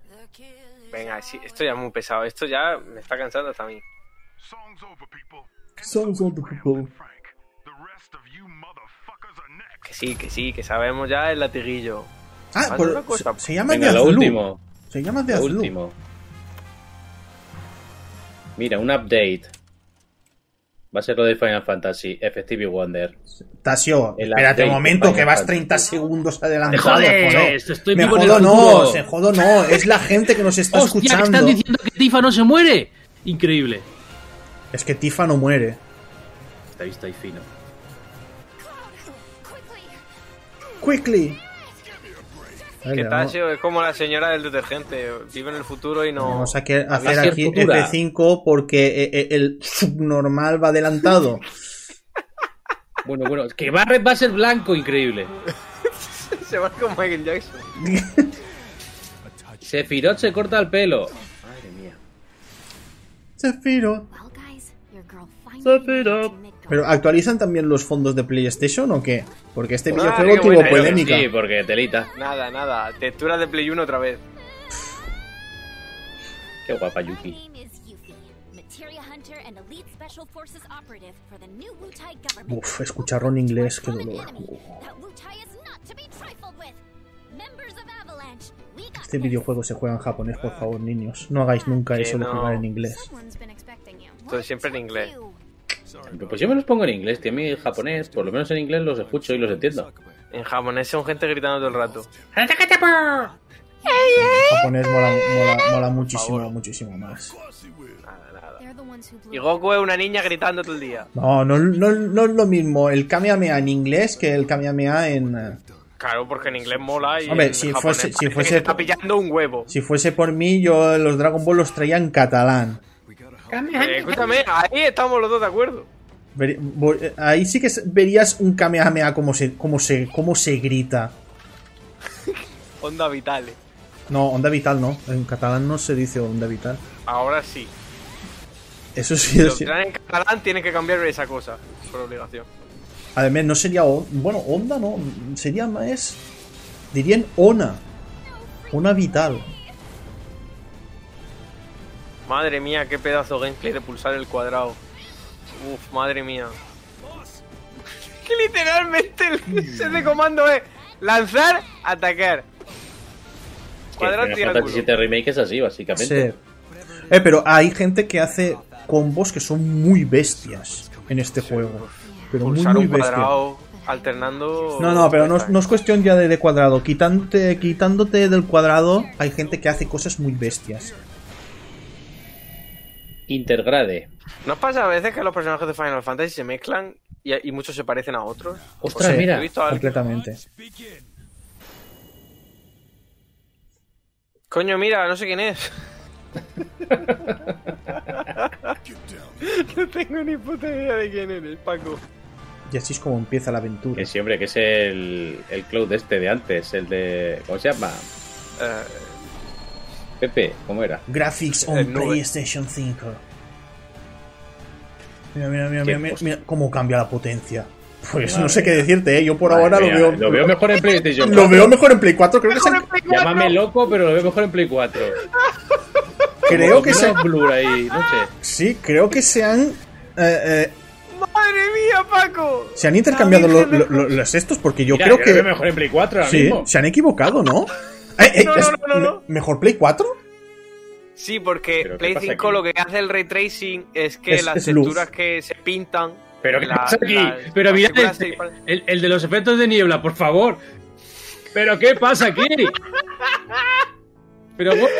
[SPEAKER 4] Venga, sí, esto ya es muy pesado, esto ya me está cansando hasta a mí. Que sí, que sí, que sabemos ya el latiguillo.
[SPEAKER 3] Ah,
[SPEAKER 4] Haz
[SPEAKER 3] por-
[SPEAKER 4] una cosa.
[SPEAKER 3] se, se llama
[SPEAKER 11] Venga,
[SPEAKER 3] de
[SPEAKER 11] lo
[SPEAKER 3] Azulu.
[SPEAKER 11] último.
[SPEAKER 3] Se llama de
[SPEAKER 11] Lo
[SPEAKER 3] Azulu.
[SPEAKER 11] último. Mira, un update. Va a ser lo de Final Fantasy, Effective Wonder.
[SPEAKER 3] Tasio,
[SPEAKER 11] El
[SPEAKER 3] espérate
[SPEAKER 11] update
[SPEAKER 3] un momento,
[SPEAKER 11] de
[SPEAKER 3] que
[SPEAKER 11] Final
[SPEAKER 3] vas
[SPEAKER 11] Fantasy.
[SPEAKER 3] 30 segundos adelantado.
[SPEAKER 2] jodes,
[SPEAKER 3] joder.
[SPEAKER 2] estoy
[SPEAKER 3] me
[SPEAKER 2] vivo en
[SPEAKER 3] jodo
[SPEAKER 2] el
[SPEAKER 3] no,
[SPEAKER 2] futuro.
[SPEAKER 3] se jodo no. Es la gente que nos está
[SPEAKER 2] Hostia, que
[SPEAKER 3] escuchando.
[SPEAKER 2] están diciendo que Tifa no se muere. Increíble.
[SPEAKER 3] Es que Tifa no muere.
[SPEAKER 11] Está visto ahí fino.
[SPEAKER 3] Quickly. Vale,
[SPEAKER 4] Que
[SPEAKER 3] vamos,
[SPEAKER 4] Tasio es como la señora del detergente, vive en el futuro y no.
[SPEAKER 3] vamos a que- a hacer
[SPEAKER 11] ser
[SPEAKER 3] aquí
[SPEAKER 11] futura.
[SPEAKER 3] F5 porque eh, eh, el subnormal va adelantado.
[SPEAKER 11] Bueno, bueno, es que
[SPEAKER 2] Que Barret va a ser blanco, increíble.
[SPEAKER 4] <laughs> Se va con Michael Jackson.
[SPEAKER 11] Sephiroth se corta el pelo. Madre mía.
[SPEAKER 3] Sephiroth. Pero actualizan también los fondos de PlayStation o qué? Porque este
[SPEAKER 4] Ah,
[SPEAKER 3] videojuego
[SPEAKER 4] qué
[SPEAKER 3] tuvo
[SPEAKER 4] buena idea.
[SPEAKER 3] polémica.
[SPEAKER 11] Sí, porque telita.
[SPEAKER 4] Nada, nada, textura de Play 1 otra vez.
[SPEAKER 11] Qué guapa Yuki.
[SPEAKER 3] Uf, escucharlo en inglés, qué dolor. Este videojuego se juega en japonés, por favor, niños. No hagáis nunca
[SPEAKER 4] Que
[SPEAKER 3] eso de
[SPEAKER 4] no.
[SPEAKER 3] jugar en inglés.
[SPEAKER 4] Estoy siempre en inglés.
[SPEAKER 11] Pues yo me los pongo en inglés, que a mí el japonés, por lo menos en inglés los escucho y los entiendo.
[SPEAKER 4] En japonés son gente gritando todo el rato.
[SPEAKER 3] El japonés mola, mola- mola muchísimo, muchísimo más.
[SPEAKER 4] Nada, nada. Y Goku es una niña gritando todo el día.
[SPEAKER 3] No, no, no, no es lo mismo el Kamehameha en inglés que el Kamehameha en... eh,
[SPEAKER 4] Claro, porque en inglés mola y.
[SPEAKER 3] Hombre,
[SPEAKER 4] en
[SPEAKER 3] si
[SPEAKER 4] japonés
[SPEAKER 3] fuese- si
[SPEAKER 4] parece que
[SPEAKER 3] fuese-
[SPEAKER 4] se está pillando un huevo.
[SPEAKER 3] Si fuese por mí, yo los Dragon Ball los traía en catalán.
[SPEAKER 4] Eh, escúchame, ahí estamos los dos de acuerdo.
[SPEAKER 3] Ver- bo- eh, ahí sí que se- verías un Kamehameha como se, como se, como se grita.
[SPEAKER 4] Onda vitales.
[SPEAKER 3] No, onda vital no. En catalán no se dice onda vital.
[SPEAKER 4] Ahora sí.
[SPEAKER 3] Eso sí,
[SPEAKER 4] Si
[SPEAKER 3] eso
[SPEAKER 4] lo
[SPEAKER 3] sí.
[SPEAKER 4] tiran en catalán, tienen que cambiar esa cosa. Por obligación.
[SPEAKER 3] Además, no sería. on- Bueno, onda no. Sería más. Dirían ona. Ona vital.
[SPEAKER 4] Madre mía, qué pedazo de gameplay de pulsar el cuadrado. Uf, madre mía. <laughs> que literalmente el set de comando es lanzar, atacar.
[SPEAKER 11] Que
[SPEAKER 4] Cuadrado,
[SPEAKER 11] Final Fantasy
[SPEAKER 4] triángulo.
[SPEAKER 11] VII Remake es así,
[SPEAKER 3] Sí.
[SPEAKER 11] básicamente.
[SPEAKER 3] Eh, pero hay gente que hace combos que son muy bestias en este juego. Pero muy,
[SPEAKER 4] Pulsar
[SPEAKER 3] muy
[SPEAKER 4] un
[SPEAKER 3] bestias.
[SPEAKER 4] cuadrado, alternando.
[SPEAKER 3] No, no, pero no, es- no es cuestión ya de, de cuadrado. Quitándote, quitándote del cuadrado, hay gente que hace cosas muy bestias.
[SPEAKER 11] Intergrade.
[SPEAKER 4] ¿No os pasa a veces que los personajes de Final Fantasy se mezclan y, y muchos se parecen a otros?
[SPEAKER 11] Ostras,
[SPEAKER 3] Sí.
[SPEAKER 11] mira.
[SPEAKER 4] He visto a alguien-
[SPEAKER 3] Completamente.
[SPEAKER 4] Coño, mira, no sé quién es. no tengo ni puta idea de quién eres, Paco.
[SPEAKER 3] Y así es como empieza la aventura.
[SPEAKER 11] Que siempre que es el, el Cloud este de antes, el de. ¿Cómo se llama?
[SPEAKER 4] Eh,
[SPEAKER 11] Pepe, ¿cómo era?
[SPEAKER 3] Graphics
[SPEAKER 4] Eh,
[SPEAKER 3] on
[SPEAKER 4] nube.
[SPEAKER 3] PlayStation 5. Mira, mira, mira,
[SPEAKER 11] Qué
[SPEAKER 3] mira, mira,
[SPEAKER 11] cosa.
[SPEAKER 3] mira cómo cambia la potencia. Pues
[SPEAKER 11] Madre
[SPEAKER 3] no sé qué
[SPEAKER 11] mía.
[SPEAKER 3] decirte, ¿eh? Yo por
[SPEAKER 11] Madre
[SPEAKER 3] ahora
[SPEAKER 11] mía,
[SPEAKER 3] lo veo.
[SPEAKER 11] Lo veo mejor en PlayStation
[SPEAKER 3] lo
[SPEAKER 11] 4.
[SPEAKER 3] veo mejor en Play 4, creo que se,
[SPEAKER 11] Llámame loco, pero lo veo mejor en Play 4.
[SPEAKER 3] creo que se, Ah.
[SPEAKER 11] sea blur ahí, no sé.
[SPEAKER 3] sí, creo que se han eh, eh,
[SPEAKER 4] ¡Madre mía, Paco!
[SPEAKER 3] se han intercambiado
[SPEAKER 4] La
[SPEAKER 3] lo-
[SPEAKER 4] Virgen
[SPEAKER 3] lo- lo- los estos porque yo
[SPEAKER 11] Mira,
[SPEAKER 3] creo
[SPEAKER 11] yo lo veo
[SPEAKER 3] que
[SPEAKER 11] mejor en Play 4 ahora
[SPEAKER 3] sí,
[SPEAKER 11] mismo.
[SPEAKER 3] se han equivocado, ¿no? Eh, eh,
[SPEAKER 4] No, no,
[SPEAKER 3] es-
[SPEAKER 4] no, no, no.
[SPEAKER 3] me- mejor Play 4
[SPEAKER 4] Sí, porque
[SPEAKER 11] ¿Pero qué
[SPEAKER 4] Play
[SPEAKER 11] pasa
[SPEAKER 4] 5
[SPEAKER 11] aquí?
[SPEAKER 4] lo que hace el ray tracing es que
[SPEAKER 3] Es-
[SPEAKER 4] las
[SPEAKER 3] es luz.
[SPEAKER 4] texturas que se pintan.
[SPEAKER 11] Pero ¿qué
[SPEAKER 4] la- pues.
[SPEAKER 11] pasa aquí?
[SPEAKER 4] las-
[SPEAKER 2] Pero
[SPEAKER 4] las
[SPEAKER 2] mirad
[SPEAKER 4] figuras
[SPEAKER 2] este,
[SPEAKER 4] se disparan.
[SPEAKER 2] el, el de los efectos de niebla, por favor. ¿Pero qué pasa aquí? Pero bueno,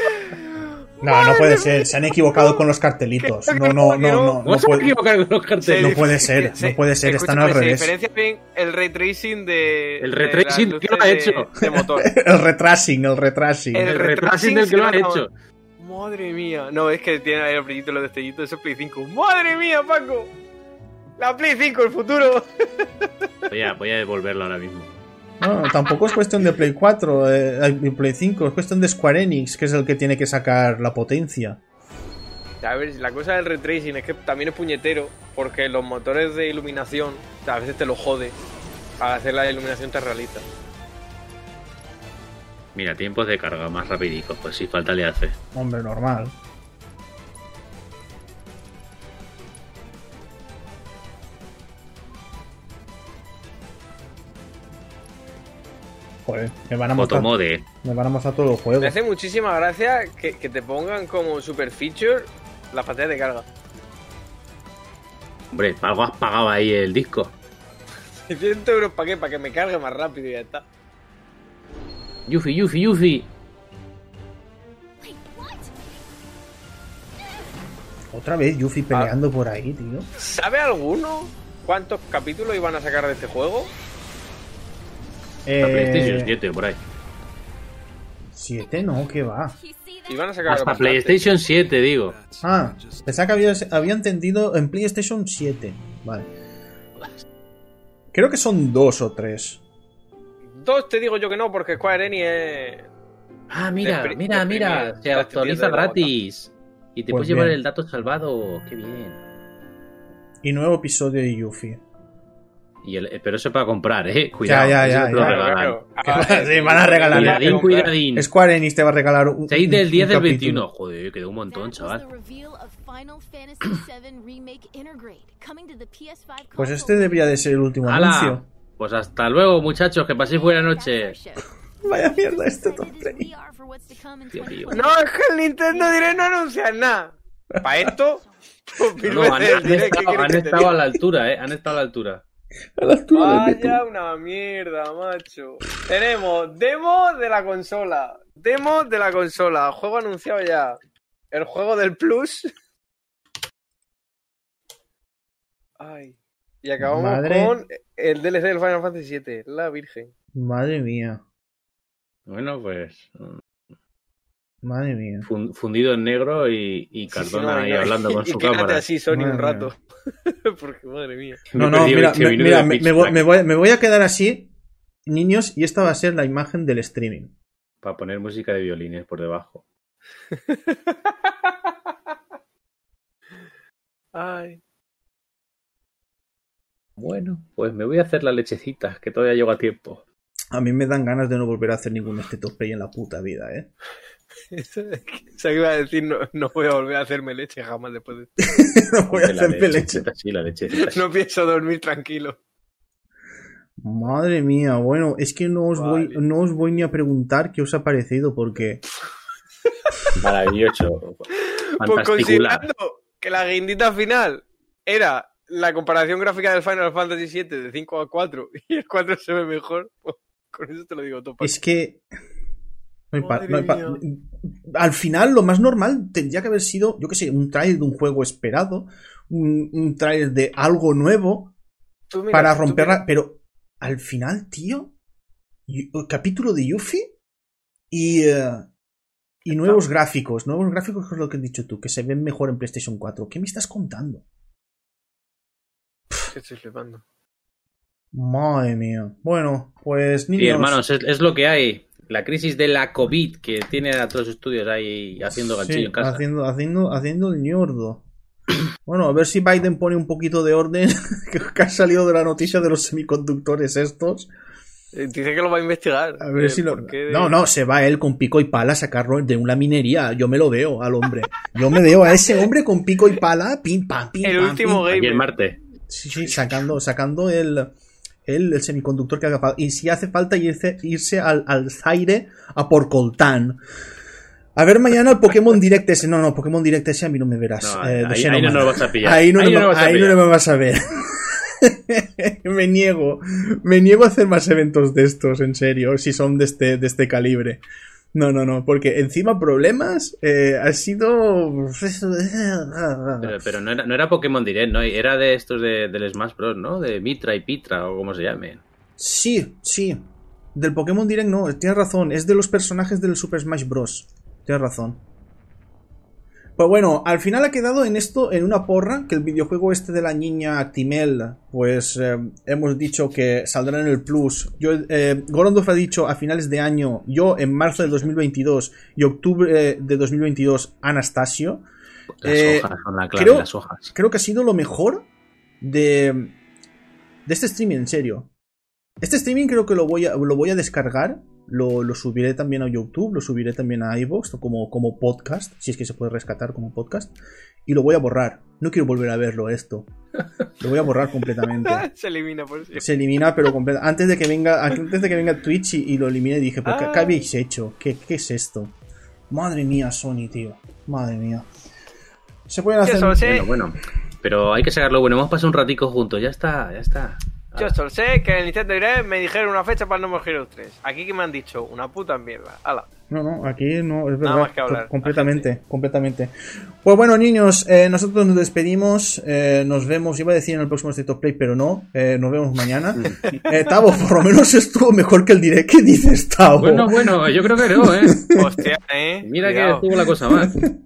[SPEAKER 3] No, no puede ser. Se han equivocado con los cartelitos. No, no, no, no. No,
[SPEAKER 2] ¿Cómo se va a
[SPEAKER 3] puede,
[SPEAKER 2] equivocar con los
[SPEAKER 3] este- no
[SPEAKER 2] carteles?
[SPEAKER 3] puede ser, no puede ser. Están al
[SPEAKER 4] Se
[SPEAKER 3] revés.
[SPEAKER 4] diferencia bien el ray tracing de.
[SPEAKER 2] El
[SPEAKER 4] de
[SPEAKER 2] ray
[SPEAKER 4] las
[SPEAKER 2] tracing, ¿quién lo ha
[SPEAKER 4] luces de-
[SPEAKER 2] hecho?
[SPEAKER 11] <laughs>
[SPEAKER 4] De motor.
[SPEAKER 3] <laughs> El retrasing, el retrasing.
[SPEAKER 2] El
[SPEAKER 4] el
[SPEAKER 2] retrasing
[SPEAKER 4] retracing
[SPEAKER 2] del que lo
[SPEAKER 4] se
[SPEAKER 2] han
[SPEAKER 4] llama-
[SPEAKER 2] hecho.
[SPEAKER 4] Madre mía. No, es que tiene ahí el brillito, los destellitos. Eso es Play 5. Madre mía, Paco. La Play 5, el futuro.
[SPEAKER 8] Voy a, voy a devolverlo ahora mismo.
[SPEAKER 3] No, tampoco es cuestión de Play 4, eh, y Play 5, es cuestión de Square Enix, que es el que tiene que sacar la potencia.
[SPEAKER 4] A ver, la cosa del ray tracing es que también es puñetero. Porque los motores de iluminación o sea, a veces te lo jode. Al hacer la iluminación tan realista.
[SPEAKER 8] Mira, tiempos de carga más rapidicos, pues si falta le hace.
[SPEAKER 3] Hombre, normal. Joder, me van a matar,
[SPEAKER 8] Fotomode.
[SPEAKER 3] me van a matar todo el juego.
[SPEAKER 4] Me hace muchísima gracia que, que te pongan como super feature la pantalla de carga. <laughs>
[SPEAKER 8] Hombre, algo has pagado ahí el disco.
[SPEAKER 4] 100 euros para qué? Para que me cargue más rápido y ya está.
[SPEAKER 2] Yuffie, Yuffie, Yuffie.
[SPEAKER 3] Otra vez Yuffie peleando por ahí, tío.
[SPEAKER 4] ¿Sabe alguno cuántos capítulos iban a sacar de este juego?
[SPEAKER 8] La
[SPEAKER 3] Eh,
[SPEAKER 8] PlayStation 7 por ahí.
[SPEAKER 3] siete no, que va.
[SPEAKER 4] Iban a sacar
[SPEAKER 8] Hasta
[SPEAKER 4] bastante.
[SPEAKER 8] PlayStation 7, digo.
[SPEAKER 3] Ah, pensaba que había, había entendido en PlayStation 7. Vale. Creo que son dos o tres.
[SPEAKER 4] Dos te digo yo que no, porque Square Enix es.
[SPEAKER 2] Ah, mira,
[SPEAKER 4] Despri-
[SPEAKER 2] mira, mira.
[SPEAKER 4] deprimida,
[SPEAKER 2] Se
[SPEAKER 4] la
[SPEAKER 2] actualiza
[SPEAKER 4] tienda de la
[SPEAKER 2] gratis. Y te
[SPEAKER 3] Pues
[SPEAKER 2] puedes llevar
[SPEAKER 3] bien.
[SPEAKER 2] el dato salvado. Qué bien.
[SPEAKER 3] Y nuevo episodio de Yuffie.
[SPEAKER 8] Y el- pero eso para comprar, eh. Cuidado.
[SPEAKER 3] ya,
[SPEAKER 8] eso
[SPEAKER 3] ya,
[SPEAKER 8] te lo
[SPEAKER 3] ya.
[SPEAKER 8] regalan.
[SPEAKER 2] <laughs>
[SPEAKER 3] Que
[SPEAKER 4] Ah,
[SPEAKER 3] van- <laughs> sí, van a regalar.
[SPEAKER 4] Cuidadín,
[SPEAKER 8] Cuidadín,
[SPEAKER 4] cuidadín.
[SPEAKER 8] cuidadín.
[SPEAKER 3] Square Enix te va a regalar un.
[SPEAKER 8] 6
[SPEAKER 3] un-
[SPEAKER 8] del 10
[SPEAKER 3] un
[SPEAKER 8] del
[SPEAKER 3] capítulo.
[SPEAKER 8] 21. Joder, quedó un montón, chaval.
[SPEAKER 3] <clears throat> Pues este debería de ser el último
[SPEAKER 2] ¡Hala!
[SPEAKER 3] anuncio.
[SPEAKER 2] Pues hasta luego, muchachos. Que paséis buena noche.
[SPEAKER 3] Vaya mierda este top play.
[SPEAKER 2] Tío mío.
[SPEAKER 4] No, es que el Nintendo Direct no anuncia nada. ¿Para
[SPEAKER 2] <laughs>
[SPEAKER 4] esto? Pues mil
[SPEAKER 2] No, han,
[SPEAKER 4] veces el
[SPEAKER 2] han
[SPEAKER 4] Direct, ¿qué
[SPEAKER 2] estado,
[SPEAKER 4] quieres
[SPEAKER 2] han
[SPEAKER 4] que te
[SPEAKER 2] estado a
[SPEAKER 4] diga?
[SPEAKER 2] la altura, eh. Han estado a la altura.
[SPEAKER 3] A la altura de
[SPEAKER 4] Vaya una mierda, macho. Tenemos demo de la consola. Demo de la consola. Juego anunciado ya. El juego del Plus. Ay. Y acabamos
[SPEAKER 3] Madre.
[SPEAKER 4] con el DLC del Final Fantasy VII. La Virgen.
[SPEAKER 3] tu- Madre mía.
[SPEAKER 8] Bueno, pues.
[SPEAKER 3] Madre mía.
[SPEAKER 8] fun- fundido en negro y, y
[SPEAKER 4] Sí, sí,
[SPEAKER 8] Cardona
[SPEAKER 4] no,
[SPEAKER 8] ahí
[SPEAKER 4] no,
[SPEAKER 8] hablando
[SPEAKER 4] y-
[SPEAKER 8] con
[SPEAKER 4] <laughs> y
[SPEAKER 8] su
[SPEAKER 4] quédate
[SPEAKER 8] cámara.
[SPEAKER 4] así, Sony, un
[SPEAKER 3] Madre
[SPEAKER 4] rato. <laughs> Porque, madre mía.
[SPEAKER 3] No,
[SPEAKER 8] Me
[SPEAKER 3] no,
[SPEAKER 8] perdí
[SPEAKER 3] mira,
[SPEAKER 8] 20
[SPEAKER 3] me,
[SPEAKER 8] minutos
[SPEAKER 3] mira,
[SPEAKER 8] de
[SPEAKER 3] me-
[SPEAKER 8] pitch
[SPEAKER 3] me voy,
[SPEAKER 8] black
[SPEAKER 3] me voy- me voy a quedar así, niños, y esta va a ser la imagen del streaming.
[SPEAKER 8] Para poner música de violines por debajo.
[SPEAKER 4] Ay. <laughs>
[SPEAKER 8] Bueno, pues me voy a hacer las lechecitas, que todavía llego a tiempo.
[SPEAKER 3] A mí me dan ganas de no volver a hacer ningún este top play en la puta vida, eh. <laughs>
[SPEAKER 4] O sea, que iba a decir, no, no voy a volver a hacerme leche jamás después de <laughs>
[SPEAKER 3] No voy a
[SPEAKER 8] Ponte la
[SPEAKER 3] hacerme leche.
[SPEAKER 8] lechecita, Sí, la lechecita. sí.
[SPEAKER 4] No pienso dormir tranquilo.
[SPEAKER 3] Madre mía, bueno, es que no os,
[SPEAKER 4] Vale.
[SPEAKER 3] voy, no os voy ni a preguntar qué os ha parecido, porque
[SPEAKER 8] Maravilloso.
[SPEAKER 4] <laughs> Pues
[SPEAKER 8] Fantasticular.
[SPEAKER 4] considerando que la guindita final era la comparación gráfica del Final Fantasy VII de 5 a 4 <laughs> y el 4 se ve mejor, pues, con eso te lo digo todo. Paco.
[SPEAKER 3] es que. no hay pa-
[SPEAKER 4] Madre
[SPEAKER 3] no hay pa- Al final, lo más normal tendría que haber sido, yo qué sé, un trailer de un juego esperado, un, un trailer de algo nuevo
[SPEAKER 4] Tú mira,
[SPEAKER 3] para
[SPEAKER 4] tú
[SPEAKER 3] romperla,
[SPEAKER 4] mira,
[SPEAKER 3] pero al final, tío, y- el capítulo de Yuffie y. eh, y nuevos gráficos, nuevos gráficos que es lo que has dicho tú, que se ven mejor en PlayStation 4. ¿Qué me estás contando?
[SPEAKER 4] que estoy flipando.
[SPEAKER 3] Madre mía. Bueno, pues niños.
[SPEAKER 2] Sí, hermanos, es, es lo que hay. La crisis de la COVID que tiene a todos los estudios ahí haciendo ganchillo
[SPEAKER 3] Sí,
[SPEAKER 2] en casa.
[SPEAKER 3] Haciendo, haciendo, haciendo el ñordo. <clears throat> Bueno, a ver si Biden pone un poquito de orden, <laughs> que ha salido de la noticia de los semiconductores estos.
[SPEAKER 4] Eh, Dice que lo va a investigar.
[SPEAKER 3] A ver
[SPEAKER 4] Eh,
[SPEAKER 3] si lo...
[SPEAKER 4] ¿por qué?
[SPEAKER 3] No, no, se va él con pico y pala a sacarlo de una minería. Yo me lo veo al hombre. Yo me veo a ese hombre con pico y pala, pim, pam, pim,
[SPEAKER 4] El
[SPEAKER 3] pam,
[SPEAKER 4] último
[SPEAKER 3] pim.
[SPEAKER 8] Ayer
[SPEAKER 4] gamer.
[SPEAKER 8] martes.
[SPEAKER 3] Sí, sí, sacando, sacando el, el, el semiconductor que haga falta. Y si hace falta irse, irse al, al Zaire a por Coltán. A ver mañana el Pokémon Direct ese. No, no, Pokémon Direct ese a mí no me verás.
[SPEAKER 8] No,
[SPEAKER 3] eh, de
[SPEAKER 8] ahí, ahí no
[SPEAKER 3] Xenoman.
[SPEAKER 8] nos vas a pillar.
[SPEAKER 3] Ahí no, me-
[SPEAKER 8] nos vas a
[SPEAKER 3] ahí no
[SPEAKER 8] pillar.
[SPEAKER 3] me vas a ver. <laughs> me niego. Me niego a hacer más eventos de estos, en serio, si son de este, de este calibre. No, no, no, porque encima problemas eh, ha sido... eh, ah,
[SPEAKER 11] Pero, pero no, era, no era Pokémon Direct, ¿no? Era de estos de, del Smash Bros, ¿no? De Mitra y Pitra o como se llamen.
[SPEAKER 3] Sí, sí. Del Pokémon Direct no, tienes razón, es de los personajes del Super Smash Bros. Tienes razón. Pues bueno, al final ha quedado en esto, en una porra, que el videojuego este de la niña Actimel, pues eh, hemos dicho que saldrá en el Plus. Yo, eh, Gorondorf ha dicho a finales de año, yo en marzo del 2022 y octubre eh, de 2022, Anastasio.
[SPEAKER 11] Las hojas son la clave,
[SPEAKER 3] creo,
[SPEAKER 11] las hojas.
[SPEAKER 3] creo que ha sido lo mejor de, de este streaming, en serio. Este streaming creo que lo voy a, lo voy a descargar lo, lo subiré también a YouTube, lo subiré también a iVoox como, como podcast, si es que se puede rescatar como podcast, y lo voy a borrar. No quiero volver a verlo esto. Lo voy a borrar completamente.
[SPEAKER 4] Se elimina por si.
[SPEAKER 3] Se elimina, pero comple- antes de que venga antes de que venga Twitch y, y lo elimine dije, ¿pero qué, qué habéis hecho? ¿Qué, qué es esto? Madre mía, Sony, tío. Madre mía. Se pueden
[SPEAKER 4] Yo
[SPEAKER 3] hacer...
[SPEAKER 4] solo sé,
[SPEAKER 11] Bueno, bueno. Pero hay que sacarlo. Bueno, hemos pasado un ratico juntos. Ya está, ya está.
[SPEAKER 4] yo solo sé que en el Nintendo Direct me dijeron una fecha para el No More Heroes 3. Aquí que me han dicho, una puta mierda.
[SPEAKER 3] <laughs>
[SPEAKER 4] Ala.
[SPEAKER 3] No, no, aquí no, es verdad.
[SPEAKER 4] Nada más que hablar.
[SPEAKER 3] co- Completamente, completamente. Pues bueno, niños, eh, nosotros nos despedimos. eh, nos vemos, iba a decir en el próximo State of Play, pero no. eh, nos vemos mañana. Eh, Tavo, por lo menos estuvo mejor que el direct. ¿Qué dices, Tavo?
[SPEAKER 2] Bueno, bueno, yo creo que no, ¿eh?
[SPEAKER 4] Hostia, eh.
[SPEAKER 2] Mira que
[SPEAKER 4] Cuidado.
[SPEAKER 2] estuvo la cosa mal.
[SPEAKER 3] <laughs>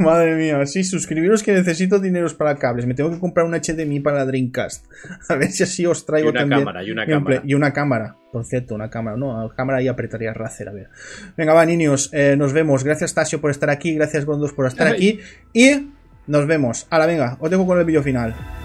[SPEAKER 3] Madre mía, sí, suscribiros que necesito dineros para cables. Me tengo que comprar un HDMI para la Dreamcast. <laughs> A ver si así os traigo
[SPEAKER 11] Y una
[SPEAKER 3] también.
[SPEAKER 11] cámara, y una
[SPEAKER 3] en plan-
[SPEAKER 11] cámara.
[SPEAKER 3] Y una cámara, por cierto, una cámara. No, la cámara ahí apretaría Razer, a ver. Venga, va, niños, eh, nos vemos. Gracias, Tasio, por estar aquí. Gracias, Gondos, por estar aquí. Y nos vemos. Ahora, venga, os dejo con el vídeo final.